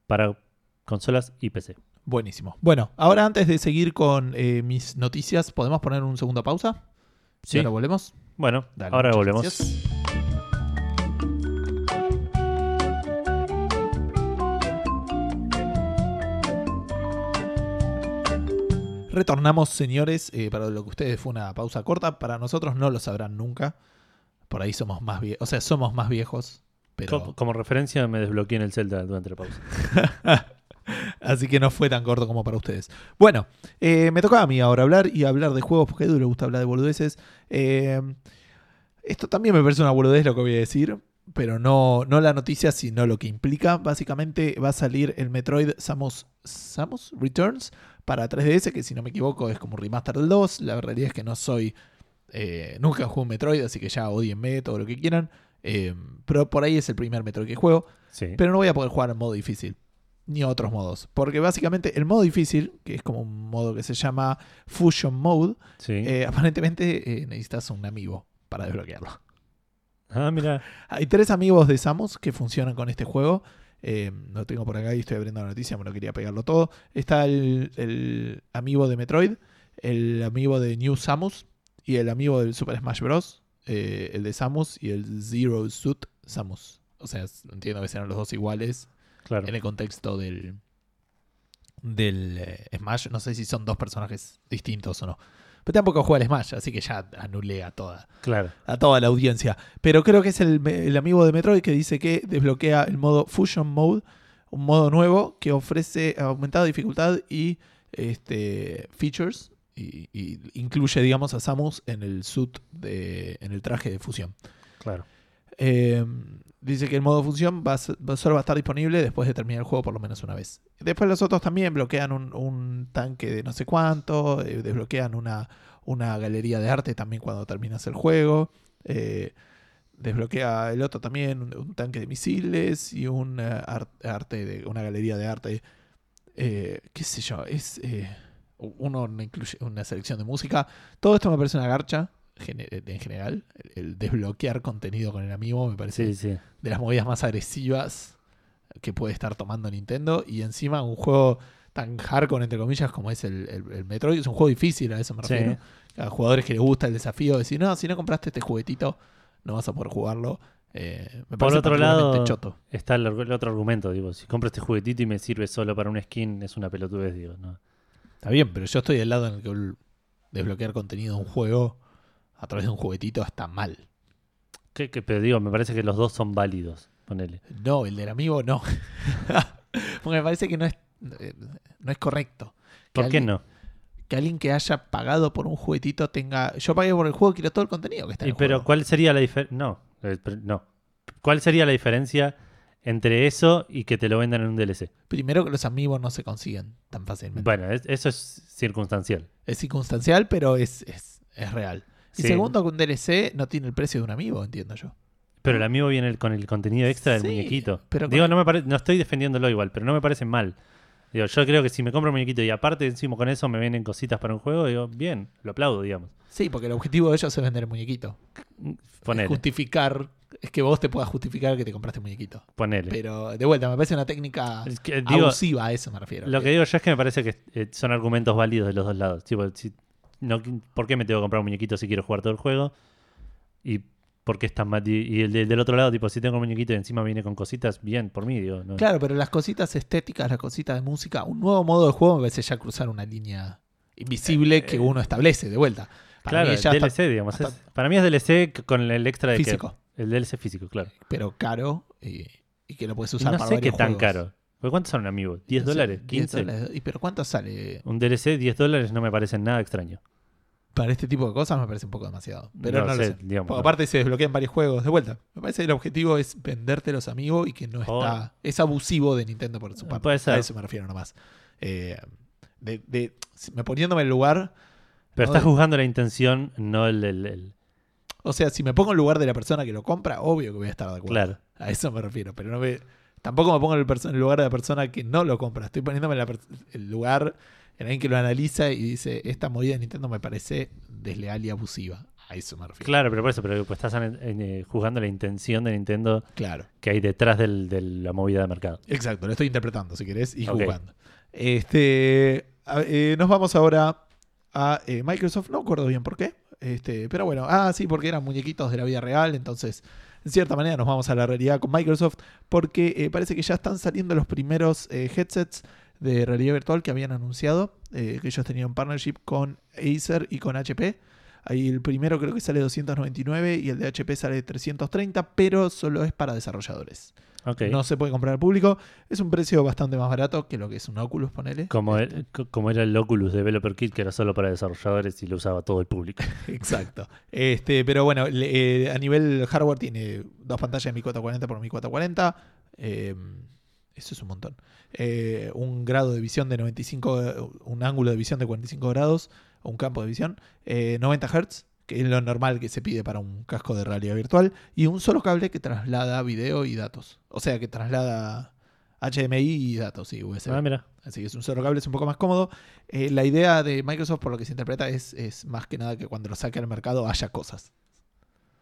para consolas y PC. Buenísimo. Bueno, ahora antes de seguir con eh, mis noticias, ¿podemos poner un segundo pausa? Sí. Y ahora volvemos. Bueno, Dale, ahora muchas volvemos. gracias. Retornamos, señores. eh, para lo que ustedes fue una pausa corta, para nosotros no lo sabrán nunca. Por ahí somos más viejos. O sea, somos más viejos. Pero... Co- Como referencia me desbloqueé en el Zelda durante la pausa. Así que no fue tan corto como para ustedes. Bueno, eh, me tocaba a mí ahora hablar y hablar de juegos porque a Edu le gusta hablar de boludeces. Eh, esto también me parece una boludez lo que voy a decir, pero no, no la noticia, sino lo que implica. Básicamente va a salir el Metroid Samus, Samus Returns para 3DS, que si no me equivoco es como un remaster del 2. La realidad es que no soy Eh, nunca jugué un Metroid, así que ya odienme todo lo que quieran. Eh, pero por ahí es el primer Metroid que juego. Sí. Pero no voy a poder jugar en modo difícil. Ni otros modos. Porque básicamente el modo difícil, que es como un modo que se llama Fusion Mode, sí. eh, aparentemente eh, necesitas un amigo para desbloquearlo. ah, mira. Hay tres amigos de Samus que funcionan con este juego. Eh, lo tengo por acá y estoy abriendo la noticia, me lo quería pegarlo todo. Está el, el amigo de Metroid, el amigo de New Samus y el amigo del Super Smash Bros. eh, el de Samus y el Zero Suit Samus. O sea, s- entiendo que serán los dos iguales Claro. en el contexto del del eh, Smash. No sé si son dos personajes distintos o no. Pero tampoco juega el Smash, así que ya anulé a toda Claro. a toda la audiencia. Pero creo que es el, me- el amigo de Metroid que dice que desbloquea el modo Fusion Mode, un modo nuevo que ofrece aumentada dificultad y este, features. Y, y incluye, digamos, a Samus en el suit, de, en el traje de fusión. Claro. Eh, dice que el modo función va a, ser- va- solo va a estar disponible después de terminar el juego por lo menos una vez. Después los otros también bloquean un, un tanque de no sé cuánto, eh, desbloquean una, una galería de arte también cuando terminas el juego. eh, desbloquea el otro también un, un tanque de misiles y un eh, ar- arte de, una galería de arte. eh, qué sé yo, es... eh, uno no incluye una selección de música. Todo esto me parece una garcha gene- en general. El, el desbloquear contenido con el amigo me parece Sí, sí. de las movidas más agresivas que puede estar tomando Nintendo. Y encima un juego tan hardcore, entre comillas, como es el, el- el Metroid. Es un juego difícil, a eso me Sí. refiero. A jugadores que les gusta el desafío de decir, no, si no compraste este juguetito, no vas a poder jugarlo. Eh, me Por parece otro lado- particularmente choto. Está el, argu- el otro argumento, digo, si compro este juguetito y me sirve solo para un skin, es una pelotudez, digo, ¿no? Está bien, pero yo estoy del lado en el que el desbloquear contenido de un juego a través de un juguetito está mal. Que- que- pero digo, me parece que los dos son válidos, ponele. No, el del amigo no. Porque me parece que no es, eh, no es correcto. Que ¿Por qué alguien- no? Que alguien que haya pagado por un juguetito tenga. Yo pagué por el juego, quiero todo el contenido que está en Y el pero juego. ¿cuál sería la diferencia? No, eh, pero no. ¿Cuál sería la diferencia entre eso y que te lo vendan en un DLC? Primero que los amigos no se consiguen tan fácilmente. Bueno, es- eso es circunstancial. Es circunstancial, pero es, es, es real. Y Sí. segundo, que un DLC no tiene el precio de un amigo, entiendo yo. Pero el amigo viene el- con el contenido extra del Sí, muñequito. pero Digo, con- no, me pare- no estoy defendiéndolo igual, pero no me parece mal. Digo, yo creo que si me compro un muñequito y aparte encima con eso me vienen cositas para un juego, digo, bien, lo aplaudo, digamos. Sí, porque el objetivo de ellos es vender el muñequito. Es Ponele, justificar. Es que vos te puedas justificar que te compraste el muñequito. ponele. Pero de vuelta, me parece una técnica Es que, digo, abusiva, a eso me refiero. Lo que digo yo es que me parece que eh, son argumentos válidos de los dos lados. Tipo, si- no, ¿Por qué me tengo que comprar un muñequito si quiero jugar todo el juego? ¿Y por qué está mal? Y, y el, de- del otro lado, tipo, si tengo un muñequito y encima viene con cositas, bien, por mí, digo. no- Claro, pero las cositas estéticas, las cositas de música, un nuevo modo de juego me parece ya cruzar una línea invisible que uno establece de vuelta. Para Eh, Claro, mí ya DLC, está digamos. es- hasta- para mí es DLC c- con el extra de que- físico, el DLC físico, claro. pero caro y, y que lo puedes Y usar no para sé qué varios tan juegos. caro. Porque ¿Cuántos son, amigo? ¿10 No sé, dólares? 10 ¿15? dólares. ¿Y pero cuánto sale? Un DLC, 10 dólares no me parece nada extraño. Para este tipo de cosas me parece un poco demasiado. Pero No no, sé, lo sé. digamos, Porque no. aparte se desbloquean varios juegos de vuelta. Me parece que el objetivo es venderte los amigos y que no Oh. está. Es abusivo de Nintendo por su Eh, parte. puede ser. A eso me refiero nomás. Eh, de, de- si- me poniéndome en el lugar. Pero No, estás de- juzgando la intención, no el... el- el- O sea, si me pongo en el lugar de la persona que lo compra, obvio que voy a estar de acuerdo. Claro. A eso me refiero, pero no me- tampoco me pongo en el, perso- en el lugar de la persona que no lo compra. Estoy poniéndome en la per- el lugar en alguien que lo analiza y dice, esta movida de Nintendo me parece desleal y abusiva. A eso me refiero. Claro, pero por eso, pero pues, estás an- en- eh, juzgando la intención de Nintendo Claro. que hay detrás del- de la movida de mercado. Exacto, lo estoy interpretando, si querés, y Ok. jugando. Este, a- eh, nos vamos ahora a eh, Microsoft, no acuerdo bien por qué, este, pero bueno, ah, sí, porque eran muñequitos de la vida real, entonces, en cierta manera nos vamos a la realidad con Microsoft, porque eh, parece que ya están saliendo los primeros eh, headsets de realidad virtual que habían anunciado, eh, que ellos tenían partnership con Acer y con HP. Ahí el primero creo que sale 299 y el de HP sale 330, pero solo es para desarrolladores. Ok. No se puede comprar al público. Es un precio bastante más barato que lo que es un Oculus, ponele. como, el- co- como era el Oculus Developer Kit, que era solo para desarrolladores y lo usaba todo el público. Exacto. Este, pero bueno, le- eh, a nivel hardware tiene dos pantallas de 1440 por 1440. eh, eso es un montón. Eh, un grado de visión de 95, eh, un ángulo de visión de 45 grados, un campo de visión, eh, 90 Hz, que es lo normal que se pide para un casco de realidad virtual, y un solo cable que traslada video y datos. O sea, que traslada HDMI y datos y USB. Ah, mira. Así que es un solo cable, es un poco más cómodo. Eh, la idea de Microsoft, por lo que se interpreta, es, es más que nada que cuando lo saque al mercado haya cosas.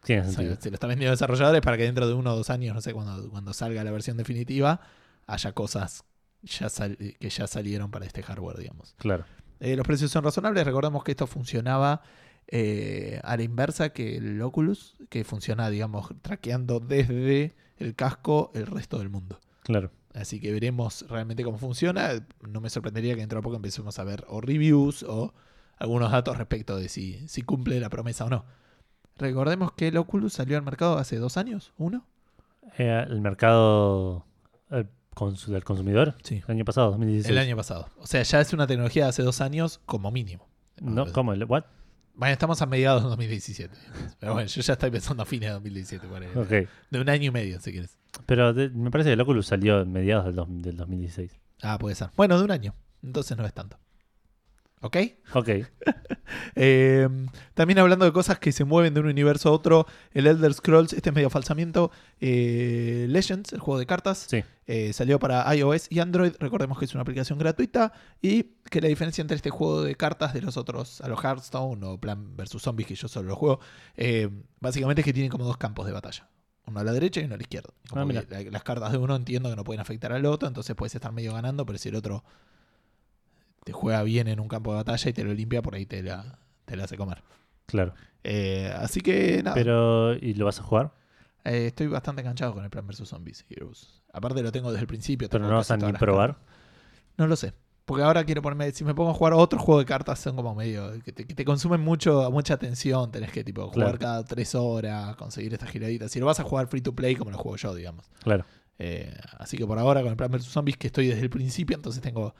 Tiene O sea, sentido. se lo están vendiendo a desarrolladores para que dentro de uno o dos años, no sé, cuando, cuando salga la versión definitiva, haya cosas ya sal- que ya salieron para este hardware, digamos. Claro. Eh, los precios son razonables. Recordemos que esto funcionaba eh, a la inversa que el Oculus, que funciona, digamos, traqueando desde el casco el resto del mundo. Claro. Así que veremos realmente cómo funciona. No me sorprendería que dentro de poco empecemos a ver o reviews o algunos datos respecto de si, si cumple la promesa o no. Recordemos que el Oculus salió al mercado hace dos años, ¿uno? Eh, el mercado eh, cons- del consumidor, Sí. el año pasado, 2016. El año pasado. O sea, ya es una tecnología de hace dos años como mínimo. No, ¿Cómo? ¿El- ¿What? Bueno, estamos a mediados de 2017. Pero bueno, yo ya estoy pensando a fines de 2017. por ahí. Ok. De un año y medio, si quieres. Pero de- me parece que el Oculus salió en mediados del, dos- del 2016. Ah, puede ser. Bueno, de un año. Entonces no es tanto. ¿Ok? Ok. Eh, también hablando de cosas que se mueven de un universo a otro, el Elder Scrolls, este es medio falsamiento, eh, Legends, el juego de cartas, Sí. eh, salió para iOS y Android, recordemos que es una aplicación gratuita y que la diferencia entre este juego de cartas de los otros, a los Hearthstone o Plan versus Zombies, que yo solo lo juego, eh, básicamente es que tiene como dos campos de batalla. Uno a la derecha y uno a la izquierda. Como Ah, que mira. la- las cartas de uno entiendo que no pueden afectar al otro, entonces puedes estar medio ganando, pero si el otro te juega bien en un campo de batalla y te lo limpia, por ahí te la, te la hace comer. Claro. Eh, así que nada, Pero, ¿y lo vas a jugar? eh, estoy bastante enganchado con el Plan versus Zombies Heroes. Aparte lo tengo desde el principio. Pero tengo no vas casi a ni todas las probar. no lo sé. Porque ahora quiero ponerme. Si me pongo a jugar otro juego de cartas, son como medio. que te, que te consumen mucho, mucha atención. Tenés que tipo jugar Claro. cada tres horas, conseguir estas giraditas. Si lo vas a jugar free to play, como lo juego yo, digamos. Claro. Eh, así que por ahora, con el Plan vs Zombies, que estoy desde el principio, entonces tengo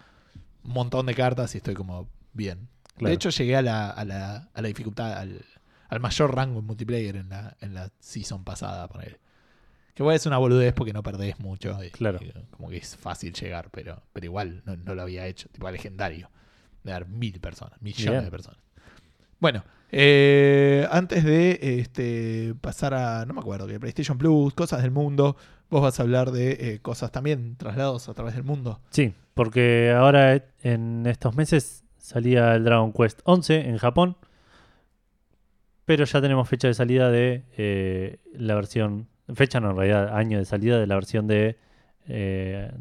un montón de cartas y estoy como bien. Claro. De hecho, llegué a la, a la, a la dificultad, al, al mayor rango en multiplayer en la, en la season pasada. ponele. Que bueno, es una boludez porque no perdés mucho. y- Claro. y como que es fácil llegar, pero, pero igual no, no lo había hecho. Tipo a legendario. De dar mil personas, millones Bien. de personas. Bueno, eh, antes de este, pasar a, no me acuerdo, que PlayStation Plus, cosas del mundo, vos vas a hablar de eh, cosas también, traslados a través del mundo. Sí, porque ahora eh, en estos meses salía el Dragon Quest 11 en Japón, pero ya tenemos fecha de salida de eh, la versión, fecha no en realidad, año de salida de la versión de eh,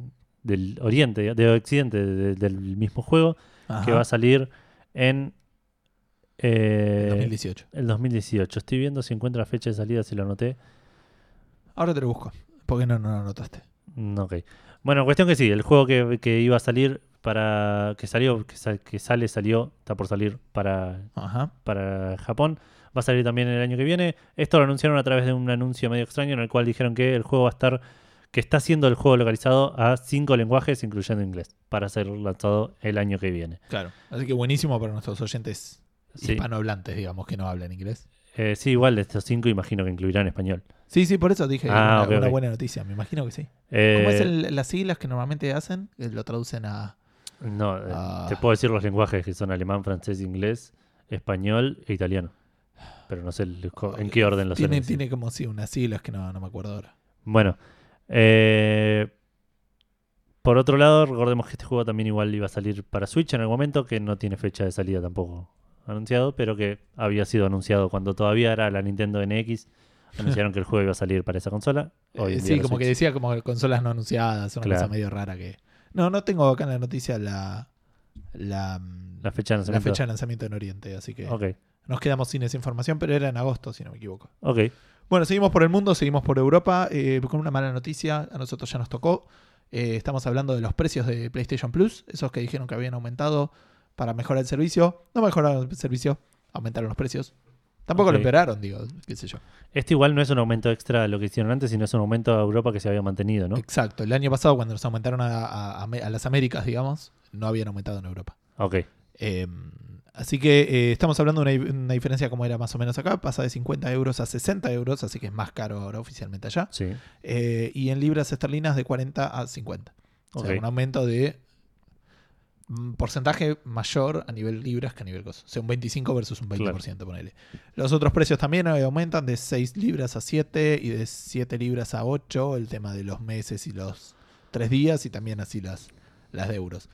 del Oriente, de Occidente de- del mismo juego, que va a salir en eh, En 2018. el 2018. Estoy viendo si encuentra fecha de salida, si lo anoté. Ahora te lo busco. ¿Por qué no, no lo notaste? Mm, Ok. Bueno, cuestión que sí, el juego que, que iba a salir para. que salió, que, sal- que sale, salió, está por salir para, Ajá. para Japón. Va a salir también el año que viene. Esto lo anunciaron a través de un anuncio medio extraño en el cual dijeron que el juego va a estar. que está siendo el juego localizado a cinco lenguajes, incluyendo inglés, para ser lanzado el año que viene. Claro. Así que buenísimo para nuestros oyentes Sí, hispanohablantes, digamos, que no hablan inglés. Eh, sí igual de estos cinco imagino que incluirán español. Sí, sí, por eso dije Ah, una, ok, una ok. buena noticia, me imagino que sí. Eh, ¿Cómo es el- las siglas que normalmente hacen? Eh, Lo traducen a... No, eh, Ah. te puedo decir los lenguajes que son alemán, francés, inglés, español e italiano. Pero no sé el- co- en qué orden los Tiene, suelen decir. tiene como sí, unas siglas que no, no me acuerdo ahora. Bueno, eh, por otro lado, recordemos que este juego también igual iba a salir para Switch en algún momento, que no tiene fecha de salida tampoco anunciado, pero que había sido anunciado cuando todavía era la Nintendo NX. Anunciaron que el juego iba a salir para esa consola. Hoy Eh, en día sí, la como que Switch. decía como consolas no anunciadas, una cosa Claro. medio rara que... No, no tengo acá en la noticia la, la, mm, La fecha de la lanzamiento. fecha de lanzamiento en Oriente, así que Ok, nos quedamos sin esa información, pero era en agosto, si no me equivoco. ok. Bueno, seguimos por el mundo, seguimos por Europa, eh, con una mala noticia, a nosotros ya nos tocó. Eh, estamos hablando de los precios de PlayStation Plus, esos que dijeron que habían aumentado para mejorar el servicio. No mejoraron el servicio, aumentaron los precios. Tampoco lo Ok. empeoraron, digo, qué sé yo. Este igual no es un aumento extra a lo que hicieron antes, sino es un aumento a Europa que se había mantenido, ¿no? Exacto, el año pasado cuando nos aumentaron a, a- a Am- a las Américas, digamos, no habían aumentado en Europa. Ok, Eh, así que eh, estamos hablando de una, di- una diferencia como era más o menos acá, pasa de 50 euros a 60 euros, así que es más caro ahora oficialmente allá. sí. Eh, y en libras esterlinas de 40 a 50. O sea, Ok. un aumento de mm, porcentaje mayor a nivel libras que a nivel cosas. O sea, un 25 versus un 20%, ponele. Los otros precios también eh, aumentan de 6 libras a 7 y de 7 libras a 8, el tema de los meses y los 3 días y también así las, las de euros.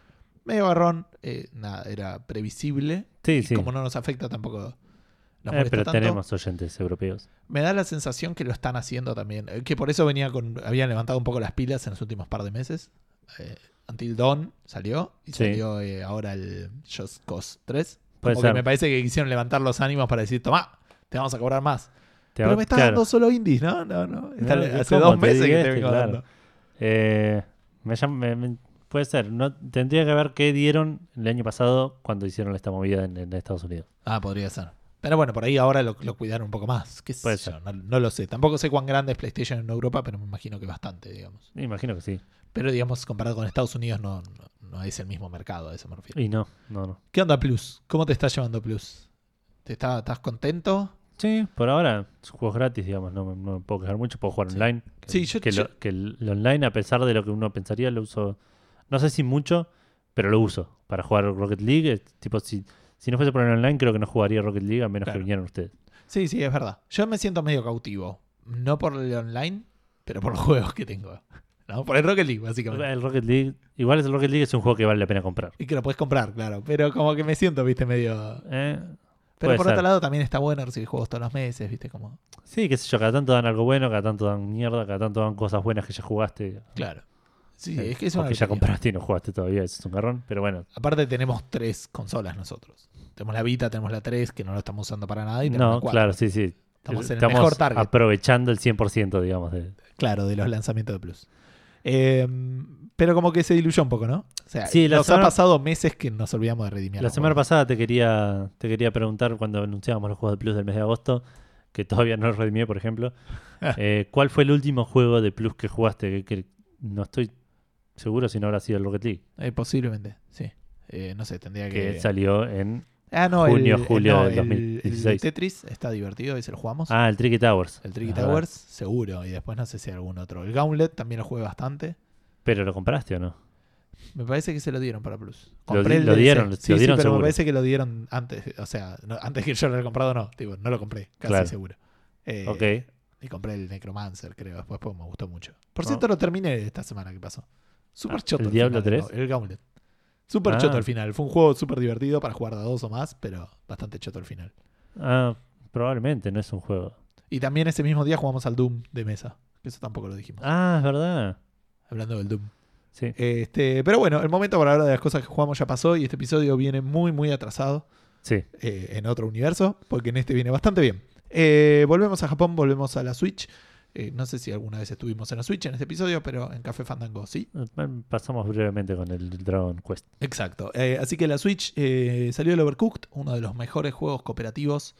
Medio barrón, eh, nada, era previsible. Sí, y sí. como no nos afecta tampoco nos Eh, molesta pero tanto. tenemos oyentes europeos. Me da la sensación que lo están haciendo también. eh, Que por eso venía con. Habían levantado un poco las pilas en los últimos par de meses. Eh, Until Dawn salió. Y Sí. salió eh, ahora el Just Cause 3. Puede Porque ser. me parece que quisieron levantar los ánimos para decir, tomá, te vamos a cobrar más. Te Pero hago- me está claro. dando solo indies, ¿no? No, no. Está- No, ¿cómo hace dos te meses que diga te este? vengo Claro. dando. Eh, me llam- me- me- puede ser. No, tendría que ver qué dieron el año pasado cuando hicieron esta movida en, en Estados Unidos. Ah, podría ser. Pero bueno, por ahí ahora lo, lo cuidaron un poco más. ¿Qué sé Puede yo, ser. No, no lo sé. Tampoco sé cuán grande es PlayStation en Europa, pero me imagino que bastante, digamos. Me Imagino que sí. Pero digamos, comparado con Estados Unidos, no, no, no es el mismo mercado, a eso me refiero. Y no, no, no. ¿Qué onda Plus? ¿Cómo te está llevando Plus? ¿Te está, ¿Estás contento? Sí, por ahora, juegos gratis, digamos, no, me- no me puedo quejar mucho, puedo jugar Sí. online. Que- Sí, yo- que, yo- Lo, que el lo online, a pesar de lo que uno pensaría, lo uso, no sé si mucho, pero lo uso para jugar Rocket League. Es Tipo, si, si no fuese por el online, creo que no jugaría Rocket League a menos Claro. que vinieran ustedes. Sí, sí, es verdad. Yo me siento medio cautivo. No por el online, pero por los juegos que tengo. No, por el Rocket League, básicamente. El Rocket League, igual el Rocket League es un juego que vale la pena comprar. Y que lo puedes comprar, claro. Pero como que me siento, viste, medio. Eh, Pero Puede por ser. otro lado también está bueno recibir juegos todos los meses, viste, como. Sí, qué sé yo, cada tanto dan algo bueno, cada tanto dan mierda, cada tanto dan cosas buenas que ya jugaste. Claro. Sí, eh, es que es o una que ya lotería. compraste y no jugaste todavía, eso es un garrón. Pero bueno, Aparte tenemos tres consolas nosotros. Tenemos la Vita, tenemos la 3, que no la estamos usando para nada, y tenemos no, la 4. claro, sí, sí. Estamos en el mejor target. aprovechando el 100%, digamos. De, Claro, de los lanzamientos de Plus. Eh, pero como que se diluyó un poco, ¿no? O sea, Sí, la nos semana- ha pasado meses que nos olvidamos de redimir. La semana pasada te quería, te quería preguntar cuando anunciábamos los juegos de Plus del mes de agosto, que todavía no los redimí, por ejemplo. eh, ¿Cuál fue el último juego de Plus que jugaste? Que, que no estoy seguro si no habrá sido el Rocket League, Eh, posiblemente, sí. Eh, no sé, tendría que que. salió en. ah, no, el- junio, el, julio no, del el- 2016. el Tetris está divertido, ese lo jugamos. Ah, el Tricky Towers. el Tricky Ah, Towers, seguro. Y después no sé si algún otro. El Gauntlet también lo jugué bastante. ¿Pero lo compraste o no? Me parece que se lo dieron para Plus. Lo Compré di- el lo DLC. dieron, lo sí, sí, dieron pero me seguro. parece que lo dieron antes. O sea, no- antes que yo lo haya comprado, no. Tipo, no lo compré, casi Claro. seguro. Eh, ok. Y compré el Necromancer, creo. Después pues, me gustó mucho. Por Ah. cierto, lo terminé esta semana que pasó. Súper Ah, choto. ¿el Diablo final, 3? El, el Gauntlet. Súper Ah. choto al final. Fue un juego súper divertido para jugar de a dos o más, pero bastante choto al final. Ah, probablemente no es un juego. Y también ese mismo día jugamos al Doom de mesa. Eso tampoco lo dijimos. Ah, es verdad. Hablando del Doom. Sí. Este, pero bueno, el momento para hablar de las cosas que jugamos ya pasó y este episodio viene muy, muy atrasado Sí. eh, en otro universo, porque en este viene bastante bien. Eh, volvemos a Japón, volvemos a la Switch. Eh, no sé si alguna vez estuvimos en la Switch en este episodio, pero en Café Fandango sí. Eh, Pasamos brevemente con el Dragon Quest. Exacto. Eh, así que la Switch eh, salió el Overcooked, uno de los mejores juegos cooperativos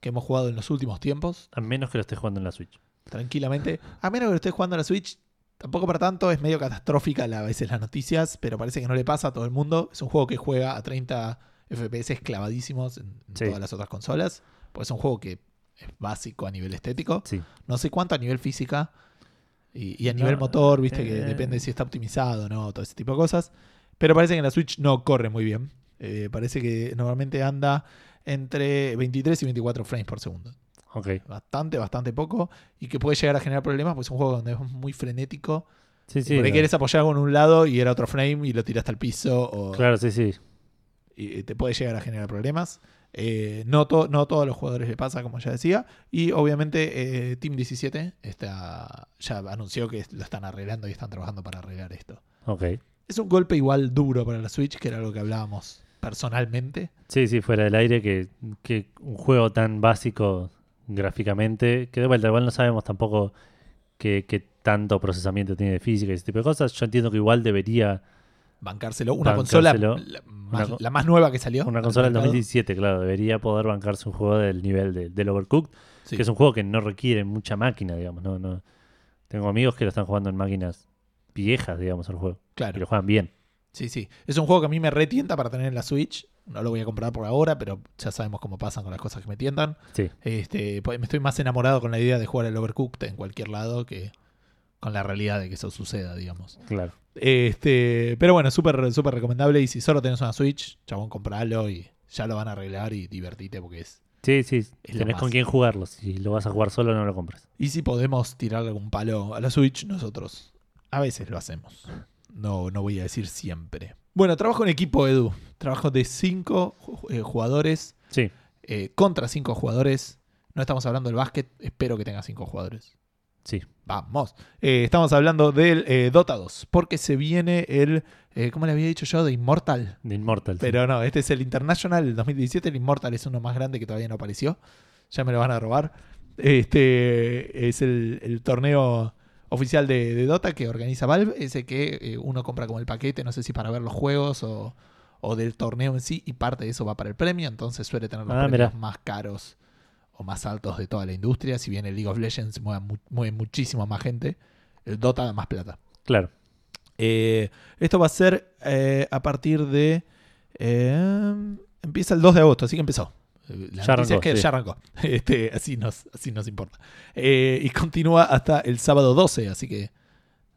que hemos jugado en los últimos tiempos, A menos que lo estés jugando en la Switch. tranquilamente. A menos que lo estés jugando en la Switch, tampoco para tanto, es medio catastrófica la- a veces las noticias, pero parece que no le pasa a todo el mundo. Es un juego que juega a 30 FPS clavadísimos en en Sí. todas las otras consolas, porque es un juego que es básico a nivel estético. Sí. No sé cuánto a nivel física y, y a No, nivel motor, viste, que eh, depende si está optimizado o no, todo ese tipo de cosas. Pero parece que en la Switch no corre muy bien. Eh, parece que normalmente anda entre 23 y 24 frames por segundo. Ok. Bastante, bastante poco. Y que puede llegar a generar problemas, porque es un juego donde es muy frenético. Sí, y sí. por ahí lo- quieres apoyar con un lado y era otro frame y lo tiraste al piso. O Claro, sí, sí. y te puede llegar a generar problemas. Eh, no, to- no todos los jugadores le pasa, como ya decía. Y obviamente eh, Team 17 está, ya anunció que lo están arreglando y están trabajando para arreglar esto. Ok. Es un golpe igual duro para la Switch, que era algo que hablábamos personalmente. Sí, sí, fuera del aire, que, que un juego tan básico gráficamente, que de vuelta, igual no sabemos tampoco qué, qué tanto procesamiento tiene de física y ese tipo de cosas. Yo entiendo que igual debería Bancárselo. Una Bancárselo. consola, la más, Una co- la más nueva que salió. una al consola del mercado. 2017, claro, debería poder bancarse un juego del nivel de- del Overcooked, Sí. que es un juego que no requiere mucha máquina, digamos. no no Tengo amigos que lo están jugando en máquinas viejas, digamos, el juego, y Claro. lo juegan bien. Sí, sí. Es un juego que a mí me retienta para tener en la Switch. No lo voy a comprar por ahora, pero ya sabemos cómo pasan con las cosas que me tientan. Sí, Este, pues, me estoy más enamorado con la idea de jugar al Overcooked en cualquier lado que con la realidad de que eso suceda, digamos. Claro. Este, pero bueno, súper súper recomendable. Y si solo tenés una Switch, chabón, compralo y ya lo van a arreglar y divertite porque es. Sí, sí. lo tenés más. con quién jugarlo. Si lo vas a jugar solo, no lo compres. Y si podemos tirarle algún palo a la Switch, nosotros a veces lo hacemos. No, no voy a decir siempre. Bueno, trabajo en equipo, Edu. Trabajo de cinco ju- eh, jugadores Sí. eh, contra cinco jugadores. No estamos hablando del básquet, espero que tenga cinco jugadores. Sí. Vamos. Eh, estamos hablando del eh, Dota 2, porque se viene el, eh, ¿cómo le había dicho yo? De Immortal. De Immortal. sí. Pero no, este es el International el 2017. El Immortal es uno más grande que todavía no apareció. Ya me lo van a robar. Este es el, el torneo oficial de, de Dota que organiza Valve. Ese que eh, uno compra como el paquete, no sé si para ver los juegos o, o del torneo en sí. Y parte de eso va para el premio. Entonces suele tener los Ah, premios mirá. más caros o más altos de toda la industria. Si bien el League of Legends mueve, mu- mueve muchísima más gente, el Dota da más plata. Claro. Eh, esto va a ser eh, a partir de. eh, empieza el 2 de agosto, así que empezó. Eh, La Ya noticia arrancó, es que sí. ya arrancó. Este, así, nos, así nos importa. Eh, y continúa hasta el sábado 12, así que.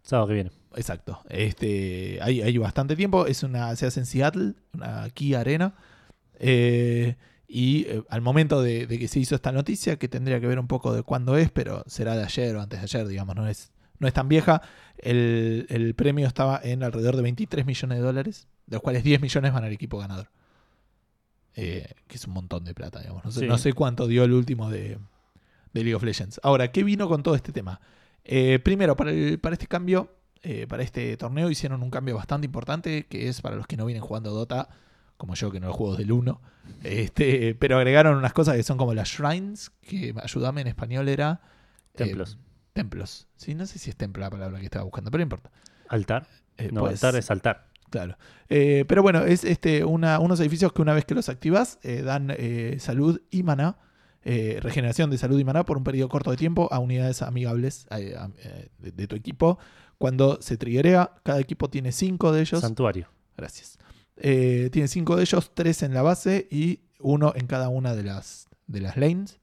Sábado que viene. Exacto. Este, hay, hay bastante tiempo. Es una, se hace en Seattle, una Kia Arena. Eh, y eh, al momento de, de que se hizo esta noticia, que tendría que ver un poco de cuándo es, pero será de ayer o antes de ayer, digamos, no es, no es tan vieja. El, el premio estaba en alrededor de 23 millones de dólares, de los cuales 10 millones van al equipo ganador. Eh, que es un montón de plata, digamos. No sé, Sí. no sé cuánto dio el último de, de League of Legends. Ahora, ¿qué vino con todo este tema? Eh, primero, para, el- para este cambio, eh, para este torneo, hicieron un cambio bastante importante, que es para los que no vienen jugando Dota, como yo que no juego del 1, este, pero agregaron unas cosas que son como las shrines, que ayúdame en español era... eh, Templos. templos. Sí, no sé si es templo la palabra que estaba buscando, pero no importa. Altar. Eh, No, pues, altar es altar. Claro. Eh, pero bueno, es este, una- unos edificios que una vez que los activas eh, dan eh, salud y maná, eh, regeneración de salud y maná por un periodo corto de tiempo a unidades amigables eh, a- eh, de, de tu equipo. Cuando se triggerea, cada equipo tiene cinco de ellos. Santuario. Gracias. Eh, tiene cinco de ellos, tres en la base y uno en cada una de las, de las lanes.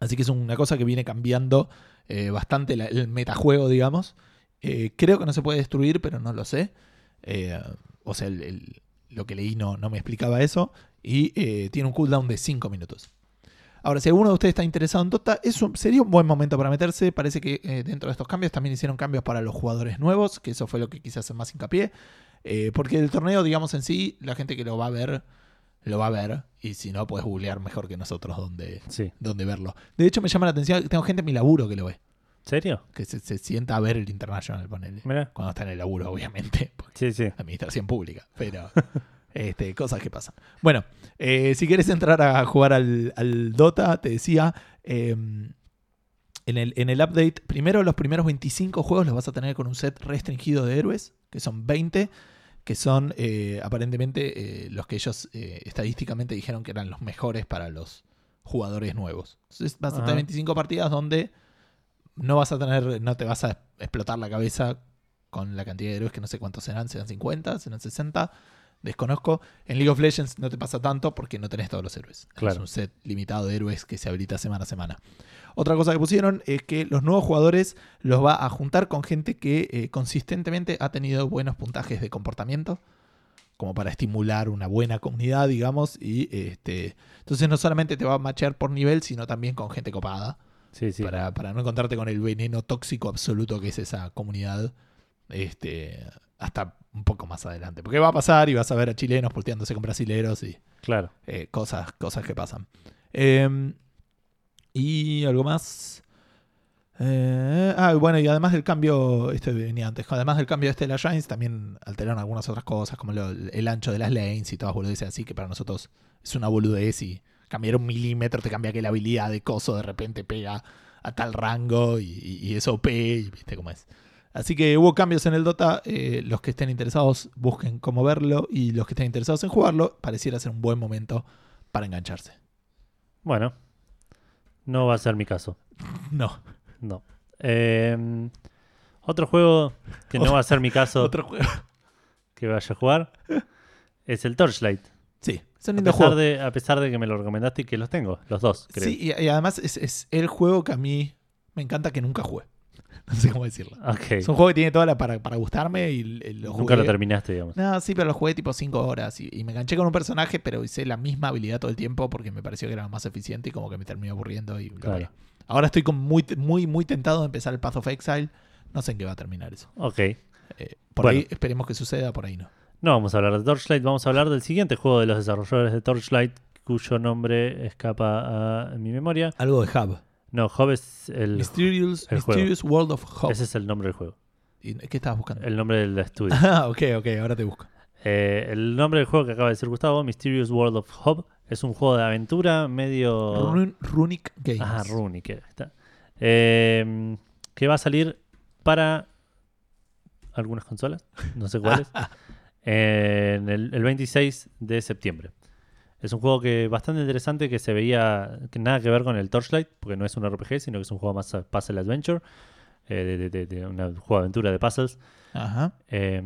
Así que es una cosa que viene cambiando eh, bastante la- el metajuego, digamos. Eh, creo que no se puede destruir, pero no lo sé. Eh, o sea, el- el- lo que leí no, no me explicaba eso. Y eh, tiene un cooldown de 5 minutos. Ahora, si alguno de ustedes está interesado en Dota, es un- sería un buen momento para meterse. Parece que eh, dentro de estos cambios también hicieron cambios para los jugadores nuevos, que eso fue lo que quise hacer más hincapié. Eh, porque el torneo, digamos en sí, la gente que lo va a ver, lo va a ver. Y si no, puedes googlear mejor que nosotros dónde, Sí. dónde verlo. De hecho, me llama la atención, tengo gente en mi laburo que lo ve. ¿Serio? Que se, se sienta a ver el International, ponele. Mira. Cuando está en el laburo, obviamente. porque Sí, sí. Administración pública. Pero, este, cosas que pasan. Bueno, eh, si quieres entrar a jugar al, al Dota, te decía... eh, en el, en el update, primero los primeros 25 juegos los vas a tener con un set restringido de héroes, que son 20, que son eh, aparentemente eh, los que ellos eh, estadísticamente dijeron que eran los mejores para los jugadores nuevos. Entonces vas a Ajá. tener 25 partidas donde no vas a tener, no te vas a explotar la cabeza con la cantidad de héroes que no sé cuántos serán, serán 50, serán 60, desconozco. En League of Legends no te pasa tanto porque no tenés todos los héroes. Es Claro. un set limitado de héroes que se habilita semana a semana. Otra cosa que pusieron es que los nuevos jugadores los va a juntar con gente que eh, consistentemente ha tenido buenos puntajes de comportamiento, como para estimular una buena comunidad, digamos, y este, entonces no solamente te va a machear por nivel, sino también con gente copada, Sí, sí. para, para no encontrarte con el veneno tóxico absoluto que es esa comunidad, este, hasta un poco más adelante, porque va a pasar y vas a ver a chilenos puteándose con brasileros y Claro. eh, cosas, cosas que pasan. Eh, y algo más. Eh, ah, bueno, y además del cambio, este venía antes, además del cambio este de las Giants, también alteraron algunas otras cosas, como lo- el ancho de las lanes y todas boludeces así, que para nosotros es una boludez y cambiar un milímetro te cambia que la habilidad de coso de repente pega a tal rango y, y- y es OP, y viste cómo es. Así que hubo cambios en el Dota. eh, los que estén interesados busquen cómo verlo y los que estén interesados en jugarlo, pareciera ser un buen momento para engancharse. Bueno. No va a ser mi caso. No, No. Eh, otro juego que no va a ser mi caso otro juego. que vaya a jugar es el Torchlight. Sí, es un A lindo pesar, juego. de, a pesar de que me lo recomendaste y que los tengo, los dos, creo. Sí, y, y además es, es el juego que a mí me encanta que nunca jugué. No sé cómo decirlo. Ok. Es un juego que tiene toda la para, para gustarme y l- lo jugué. Nunca lo terminaste, digamos. No, sí, pero lo jugué tipo 5 horas y, y me enganché con un personaje, pero hice la misma habilidad todo el tiempo porque me pareció que era lo más eficiente y como que me terminó aburriendo y lo Claro. paré. Ahora estoy con muy, muy, muy tentado de empezar el Path of Exile. No sé en qué va a terminar eso. Ok. Eh, por Bueno. ahí esperemos que suceda, por ahí no. No vamos a hablar de Torchlight, vamos a hablar del siguiente juego de los desarrolladores de Torchlight, cuyo nombre escapa a mi memoria. Algo de Hub. No, Hob es el. Mysterious, el juego. Mysterious World of Hub. Ese es Eh, el nombre del juego. ¿Y ¿Qué estabas buscando? El nombre del estudio. Ah, ok, ok, ahora te busco. Eh, el nombre del juego que acaba de decir Gustavo, Mysterious World of Hob, es un juego de aventura medio. Run- Runic Games. Ah, Runic, ahí está. Eh, que va a salir para algunas consolas, no sé cuáles, en el, el 26 de septiembre. Es un juego que bastante interesante que se veía que nada que ver con el Torchlight, porque no es un RPG, sino que es un juego más a puzzle adventure, eh, de, de- de- de una juego de aventura de puzzles. Ajá. Eh,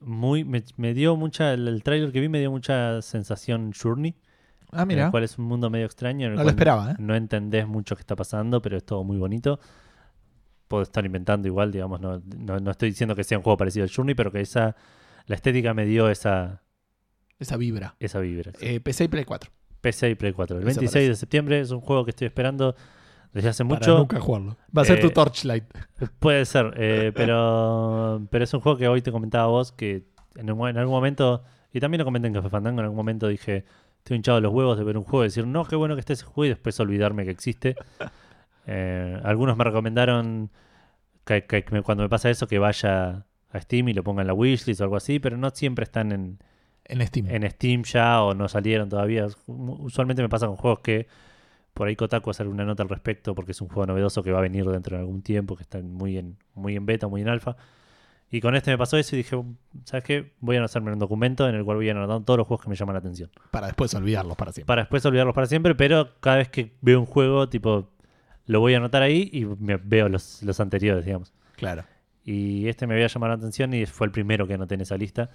muy, me, me dio mucha, el, el trailer que vi me dio mucha sensación Journey, Ah, en el mira. cual es un mundo medio extraño. en el No lo cual esperaba, ¿eh? no entendés mucho qué está pasando, pero es todo muy bonito. Puedo estar inventando igual, digamos, no, no- no estoy diciendo que sea un juego parecido al Journey, pero que esa la estética me dio esa, Esa vibra. esa vibra. Eh, PC y Play 4. PC y Play 4. El Eso 26 de parece. septiembre es un juego que estoy esperando desde hace Para mucho. nunca jugarlo. Va a ser tu Eh, Torchlight. Puede ser, eh, pero, pero es un juego que hoy te comentaba vos que en, un- en algún momento, y también lo comenté en Café Fandango, en algún momento dije, estoy hinchado de los huevos de ver un juego y decir, no, qué bueno que esté ese juego y después olvidarme que existe. Eh, algunos me recomendaron que, que- que me- cuando me pasa eso que vaya a Steam y lo ponga en la wishlist o algo así, pero no siempre están en, En Steam. en Steam ya o no salieron todavía. Usualmente me pasa con juegos que por ahí Kotaku hacer una nota al respecto porque es un juego novedoso que va a venir dentro de algún tiempo, que está muy en, muy en beta, muy en alfa. Y con este me pasó eso y dije, ¿sabes qué? Voy a hacerme un documento en el cual voy a anotar todos los juegos que me llaman la atención. Para después olvidarlos para siempre. Para después olvidarlos para siempre, pero cada vez que veo un juego, tipo, lo voy a anotar ahí y me veo los, los anteriores, digamos. Claro. Y este me había llamado la atención y fue el primero que anoté en esa lista.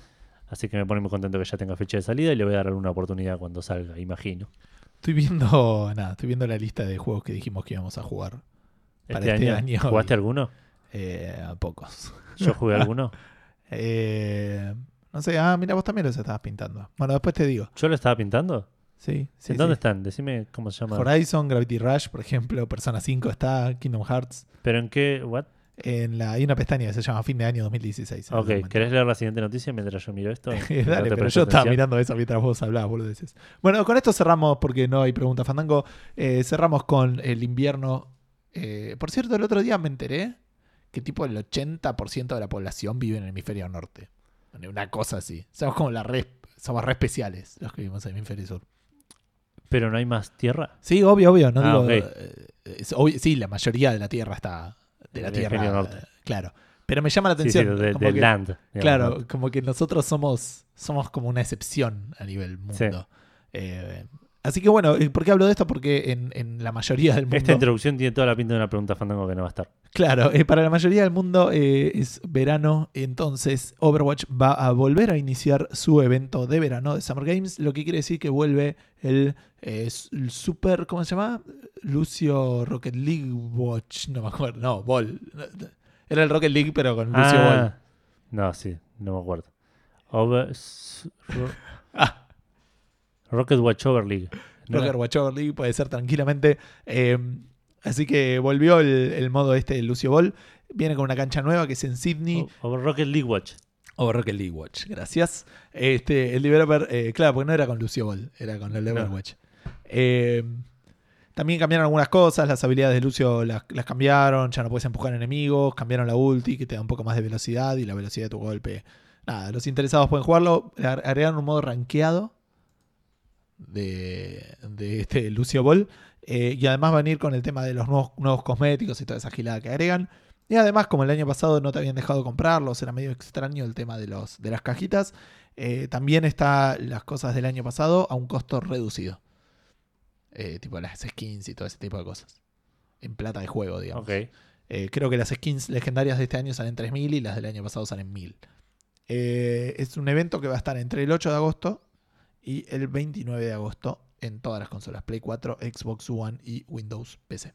Así que me pone muy contento que ya tenga fecha de salida y le voy a dar una oportunidad cuando salga, imagino. Estoy viendo, nada, estoy viendo la lista de juegos que dijimos que íbamos a jugar. Para Este, este año, año. ¿Jugaste alguno? Eh, a pocos. Yo jugué alguno. Eh, no sé, ah, mira, vos también los estabas pintando. Bueno, después te digo. ¿Yo lo estaba pintando? Sí, sí. ¿En dónde sí. están? Decime cómo se llama. Horizon, Gravity Rush, por ejemplo, Persona 5 está, Kingdom Hearts. ¿Pero en qué? ¿What? En la, hay una pestaña que se llama Fin de Año 2016. en el Ok, documento. ¿querés leer la siguiente noticia mientras yo miro esto? No te Dale, pero presté yo estaba atención. mirando eso mientras vos hablabas, boludeces. Bueno, con esto cerramos porque no hay preguntas, Fandango. Eh, cerramos con el invierno. Eh, por cierto, el otro día me enteré que tipo el 80% de la población vive en el hemisferio norte. Una cosa así. Somos como la red, somos re especiales los que vivimos en el hemisferio sur. ¿Pero no hay más tierra? Sí, obvio, obvio. No Ah, digo, ok. eh, es obvio- Sí, la mayoría de la Tierra está. De la En el Tierra. hemisferio norte. Claro. Pero me llama la Sí, sí, atención. de, de como que- land. digamos, Claro, ¿no? como que nosotros somos, somos como una excepción a nivel mundo. Eh, así que bueno, ¿y ¿por qué hablo de esto? Porque en, en la mayoría del mundo. Esta introducción tiene toda la pinta de una pregunta fandango que no va a estar. Claro, eh, para la mayoría del mundo eh, es verano, entonces Overwatch va a volver a iniciar su evento de verano de Summer Games, lo que quiere decir que vuelve el, eh, s- el Super, ¿cómo se llama? Lucio Rocket League Watch, no me acuerdo, no, Ball. Era el Rocket League pero con Lucio Ball. Ah, no, sí, no me acuerdo. Over- s- ro- Ah. Rocket Watch Over League. ¿no era? Rocker Watch Over League puede ser tranquilamente. Eh, así que volvió el, el modo este de Lucio Ball. Viene con una cancha nueva que es en Sydney. O- Over Rocket League Watch. O Rocket League Watch, gracias. Este, el developer, eh, claro, porque no era con Lucio Ball, era con el No. Overwatch. Eh, también cambiaron algunas cosas, las habilidades de Lucio las, las cambiaron, ya no puedes empujar enemigos, cambiaron la ulti que te da un poco más de velocidad y la velocidad de tu golpe. Nada, los interesados pueden jugarlo, le agre- agregaron un modo rankeado de, de este Lucio Ball eh, y además van a ir con el tema de los nuevos, nuevos cosméticos y toda esa gilada que agregan. Y además, como el año pasado no te habían dejado comprarlos, era medio extraño el tema de, los, de las cajitas, eh, también está las cosas del año pasado a un costo reducido. Eh, tipo las skins y todo ese tipo de cosas. En plata de juego, digamos. Ok. Eh, creo que las skins legendarias de este año salen 3.000 y las del año pasado salen 1.000. Eh, es un evento que va a estar entre el 8 de agosto y el 29 de agosto en todas las consolas. Play 4, Xbox One y Windows PC.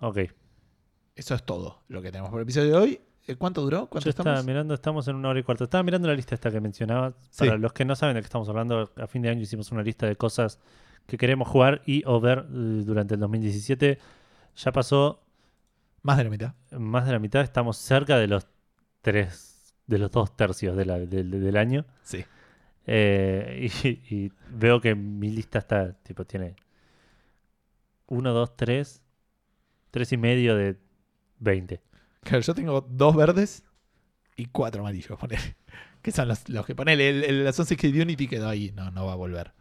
Ok. Eso es todo lo que tenemos por el episodio de hoy. Eh, ¿Cuánto duró? ¿Cuánto Yo estaba estamos? mirando, estamos en una hora y cuarto. Estaba mirando la lista esta que mencionabas. Sí. Para los que no saben de qué estamos hablando, a fin de año hicimos una lista de cosas que queremos jugar y o ver eh, durante el 2017. Ya pasó Más de la mitad. más de la mitad, estamos cerca de los tres, de los dos tercios de la- del- del año. Sí. Eh, y, y veo que mi lista está, tipo, tiene 1, 2, 3, 3 y medio de 20. Claro, yo tengo dos verdes y cuatro amarillos, ponele. Que son los, los que ponele. El, el Assassin's Creed Unity quedó ahí, no, no va a volver.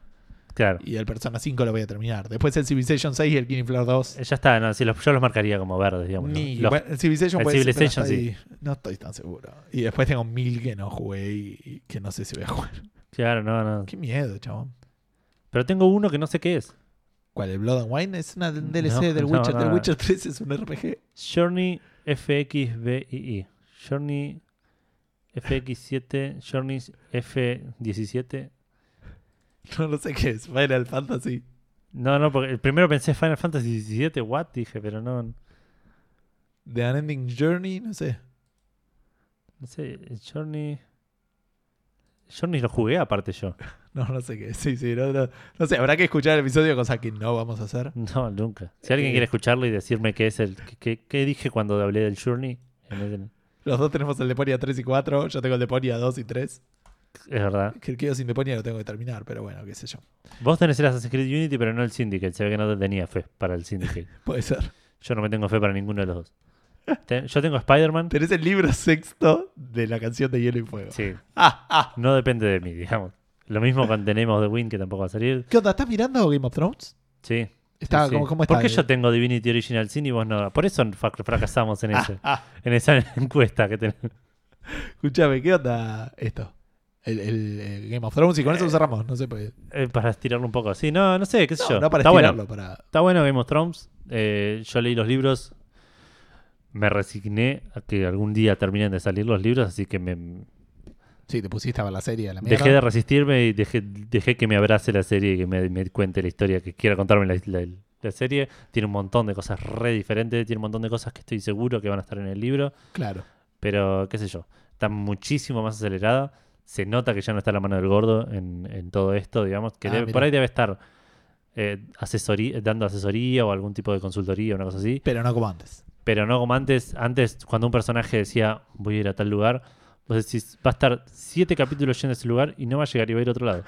Claro. Y el Persona 5 lo voy a terminar. Después el Civilization 6 y el King Floor 2. Eh, Ya está, no, sí, los- yo los marcaría como verdes, digamos. ¿no? Ni- Los- bueno, el Civilization, el puede ser, pero Civilization hasta ahí No estoy tan seguro. Y después tengo mil que no jugué y, y que no sé si voy a jugar. Claro, no, no. Qué miedo, chabón. Pero tengo uno que no sé qué es. ¿Cuál? ¿El Blood and Wine? Es una DLC No, del no, Witcher. no, del no. Witcher 3 es un RPG. Journey FXBII. Journey FX7, Journey F17. No lo sé qué es. Final Fantasy. No, no, porque primero pensé Final Fantasy XVII, what? Dije, pero no, no The Unending Journey, no sé. sé, Journey... Journey lo jugué aparte yo. No, no sé qué. es. Sí, sí, no, no. No sé, habrá que escuchar el episodio, cosa que no vamos a hacer. No, nunca. Si alguien Eh. quiere escucharlo y decirme qué es el... qué- ¿Qué, qué dije cuando hablé del Journey? en el- Los dos tenemos el Deponia 3 y 4. Yo tengo el Deponia 2 y 3. Es verdad. Que el Quedo sin Deponia lo tengo que terminar, pero bueno, qué sé yo. Vos tenés el Assassin's Creed Unity, pero no el Syndicate. Se ve que no te tenía fe para el Syndicate. Puede ser. Yo no me tengo fe para ninguno de los dos. Te- yo tengo Spider-Man. Tenés el libro sexto de la canción de Hielo y Fuego. Sí, Ah, ah. no depende de mí, digamos. Lo mismo cuando tenemos The Win, que tampoco va a salir. ¿Qué onda? ¿Estás mirando Game of Thrones? Sí. Está, sí, sí. ¿cómo, cómo está? ¿Por qué yo tengo Divinity Original Sin y vos no? Por eso frac- fracasamos en, ese- Ah, en esa encuesta que tenemos. escúchame, ¿qué onda esto? El, el, eh, Game of Thrones y con eso cerramos. No sé, pues. Eh, para estirarlo un poco. Sí, no, no sé, qué sé No, yo. no para Está estirarlo, bueno. para. Está bueno Game of Thrones. Eh, yo leí los libros. Me resigné a que algún día terminen de salir los libros, así que me, Sí, te pusiste a ver la serie a la mierda. Dejé de resistirme y dejé, dejé que me abrace la serie y que me, me cuente la historia que quiera contarme la, la- la serie. Tiene un montón de cosas re diferentes, tiene un montón de cosas que estoy seguro que van a estar en el libro, Claro. pero qué sé yo, está muchísimo más acelerada. Se nota que ya no está la mano del gordo en, en todo esto, digamos, que Ah, debe- mira. por ahí debe estar eh, asesorí- dando asesoría o algún tipo de consultoría, una cosa así. Pero no como antes. Pero no como antes, antes cuando un personaje decía voy a ir a tal lugar, vos decís, va a estar siete capítulos yendo a ese lugar y no va a llegar y va a ir a otro lado.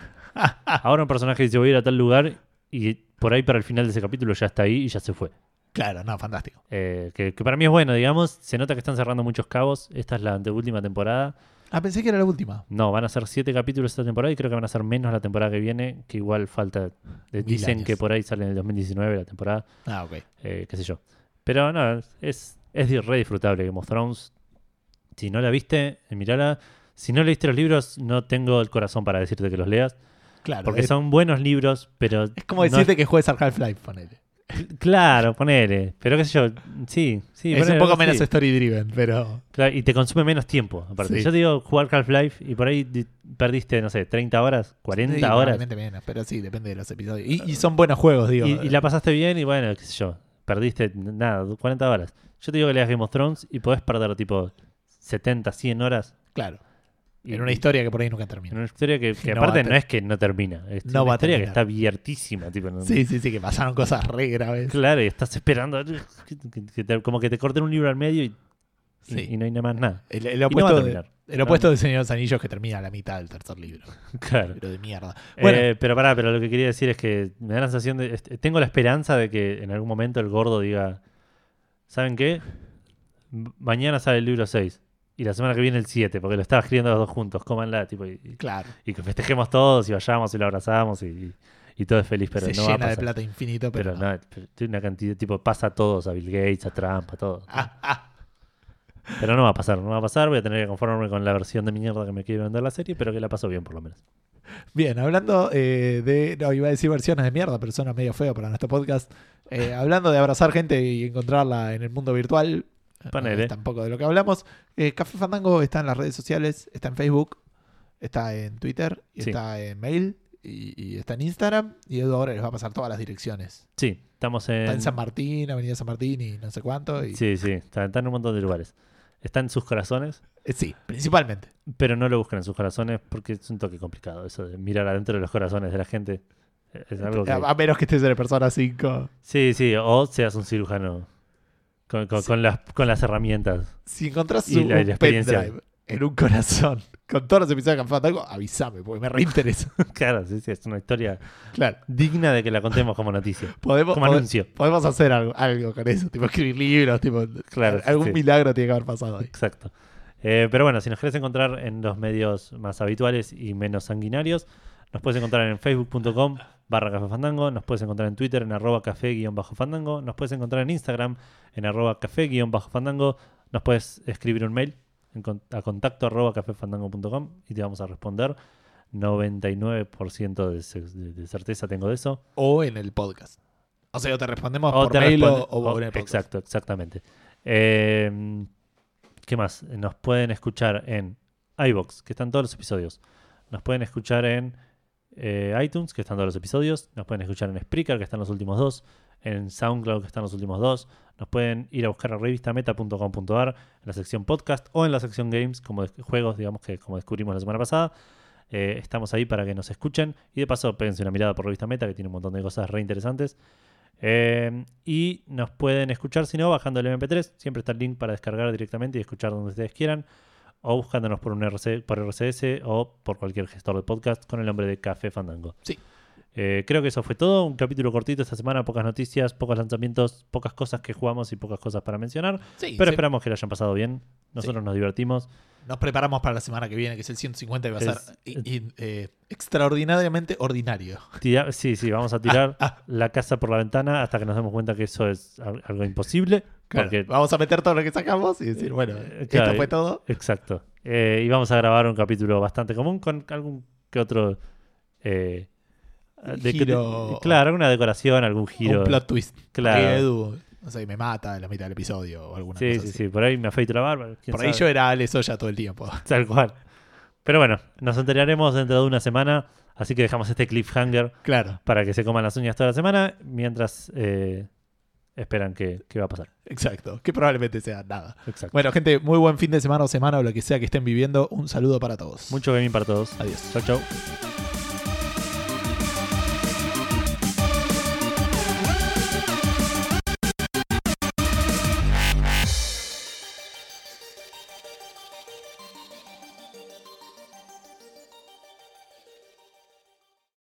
Ahora un personaje dice voy a ir a tal lugar y por ahí para el final de ese capítulo ya está ahí y ya se fue. Claro, no, fantástico. Eh, que, que para mí es bueno, digamos, se nota que están cerrando muchos cabos, esta es la anteúltima temporada. Ah, pensé que era la última. No, van a ser siete capítulos esta temporada y creo que van a ser menos la temporada que viene, que igual falta, Mil dicen años. que por ahí sale en el 2019 la temporada Ah, ok. eh, qué sé yo. Pero no, es, es di- re disfrutable Game of Thrones. Si no la viste, eh, mirala. Si no leíste los libros, no tengo el corazón para decirte que los leas. Claro. Porque es, son buenos libros, pero. es como no decirte que juegues al Half-Life, ponele. es- claro, ponele. Pero qué sé yo. Sí, sí. es un ponele, poco sí. menos story driven, pero. Claro, y te consume menos tiempo. Aparte. Sí. Yo te digo jugar Half-Life y por ahí di- perdiste, no sé, 30 horas, 40 Sí, horas. probablemente menos, pero sí, depende de los episodios. Y, y son buenos juegos, digo. eh, Y, y la pasaste bien y bueno, qué sé yo, perdiste n- nada, du- 40 horas. Yo te digo que leas Game of Thrones y podés perder tipo 70, 100 horas. Claro. Y- en una historia que por ahí nunca en termina. una historia que, que No va aparte a ter- no es que no termina. Es No va una a historia que terminar. está abiertísima. Tipo, no- Sí, sí, sí, que pasaron cosas re graves. Claro, y estás esperando que- que te- como que te corten un libro al medio y, y- Sí. y no hay nada más nada. El, el Y no va a opuesto, de, terminar. el opuesto de Señor de los Anillos que termina a la mitad del tercer libro. Claro. Pero de mierda. Bueno, Eh, pero pará, pero lo que quería decir es que me da la sensación de. est- Tengo la esperanza de que en algún momento el gordo diga: ¿Saben qué? M- Mañana sale el libro 6 y la semana que viene el 7, porque lo estaba escribiendo los dos juntos, cómanla, tipo, y, y- claro. y que festejemos todos y vayamos y lo abrazamos y, y- y todo es feliz, pero se no va a llena pasar. de plata infinito, pero, pero no. no, pero tiene una cantidad, tipo, pasa a todos, a Bill Gates, a Trump, a todos. Ah, ah, Pero no va a pasar, no va a pasar, voy a tener que conformarme con la versión de mierda que me quiere vender la serie, pero que la paso bien por lo menos. Bien, hablando eh, de. No, iba a decir versiones de mierda, pero suena medio feo para nuestro podcast. Eh, hablando de abrazar gente y encontrarla en el mundo virtual. eh, Ponele. no es tampoco de lo que hablamos. eh, Café Fandango está en las redes sociales, está en Facebook, está en Twitter, y Sí. está en mail y, y está en Instagram. Y Edu ahora les va a pasar todas las direcciones. Sí, estamos en. Está en San Martín, Avenida San Martín y no sé cuánto. Y... Sí, sí, está, está en un montón de lugares. Está en sus corazones, Eh, sí, principalmente. pero no lo buscan en sus corazones porque es un toque complicado eso de mirar adentro de los corazones de la gente. Eh, Es algo que... A, a menos que estés en el Persona 5. Sí, sí, o seas un cirujano con, con- Sí. con las, con las herramientas. Si encontrás Y un la- y la experiencia. pendrive en un corazón con todos los episodios de Canfán algo, avísame, porque me reinteresa. claro, sí, sí, es una historia claro. digna de que la contemos como noticia, Podemos, como pode- anuncio. podemos hacer algo, algo con eso, tipo escribir libros, tipo. Claro, Algún sí. milagro tiene que haber pasado ahí. Exacto. Eh, pero bueno, si nos querés encontrar en los medios más habituales y menos sanguinarios, nos puedes encontrar en facebook.com barra café fandango, nos puedes encontrar en Twitter en arroba café guión bajo fandango, nos puedes encontrar en Instagram en arroba café guión bajo fandango, nos puedes escribir un mail en con- a contacto arroba cafefandango.com y te vamos a responder. 99% de, ce- de- de certeza tengo de eso. O en el podcast. O sea, o te respondemos O por te mail responde- o, o o- en el podcast. Exacto, exactamente. Eh, ¿Qué más? Nos pueden escuchar en iBox, que están todos los episodios. Nos pueden escuchar en eh, iTunes, que están todos los episodios. Nos pueden escuchar en Spreaker, que están los últimos dos. En SoundCloud, que están los últimos dos. Nos pueden ir a buscar a revistameta.com.ar en la sección podcast o en la sección games, como des- juegos, digamos que como descubrimos la semana pasada. Eh, estamos ahí para que nos escuchen. Y de paso, péguense una mirada por Revista Meta, que tiene un montón de cosas re interesantes. Eh, y nos pueden escuchar, si no, bajando el MP3. Siempre está el link para descargar directamente y escuchar donde ustedes quieran. O buscándonos por, un RC por RCS o por cualquier gestor de podcast con el nombre de Café Fandango. Sí. Eh, creo que eso fue todo. Un capítulo cortito esta semana. Pocas noticias, pocos lanzamientos, pocas cosas que jugamos y pocas cosas para mencionar. Sí, Pero sí. esperamos que lo hayan pasado bien. Nosotros nos divertimos. Nos preparamos para la semana que viene, que es el 150 y va a ser Es- i- i- eh, extraordinariamente ordinario. Tira- sí, sí, vamos a tirar Ah, la casa por la ventana hasta que nos demos cuenta que eso es al- algo imposible. porque- Vamos a meter todo lo que sacamos y decir, bueno, Eh, esto claro, fue todo. Exacto. Eh, y vamos a grabar un capítulo bastante común con algún que otro. eh, de- Giro. de- claro, alguna decoración, algún giro. Un plot twist. Claro. Ahí Edu, no sé, me mata en la mitad del episodio o alguna sí, cosa sí, así. sí. Por ahí me afeito la barba. quién Por ahí yo sabe. era Ale Soya todo el tiempo. Tal cual. Pero bueno, nos enteraremos dentro de una semana. Así que dejamos este cliffhanger Claro, para que se coman las uñas toda la semana mientras eh, esperan que, que va a pasar. exacto. Que probablemente sea nada. Exacto. Bueno, gente, muy buen fin de semana o semana o lo que sea que estén viviendo. Un saludo para todos. Mucho gaming para todos. Adiós. Chau, chau.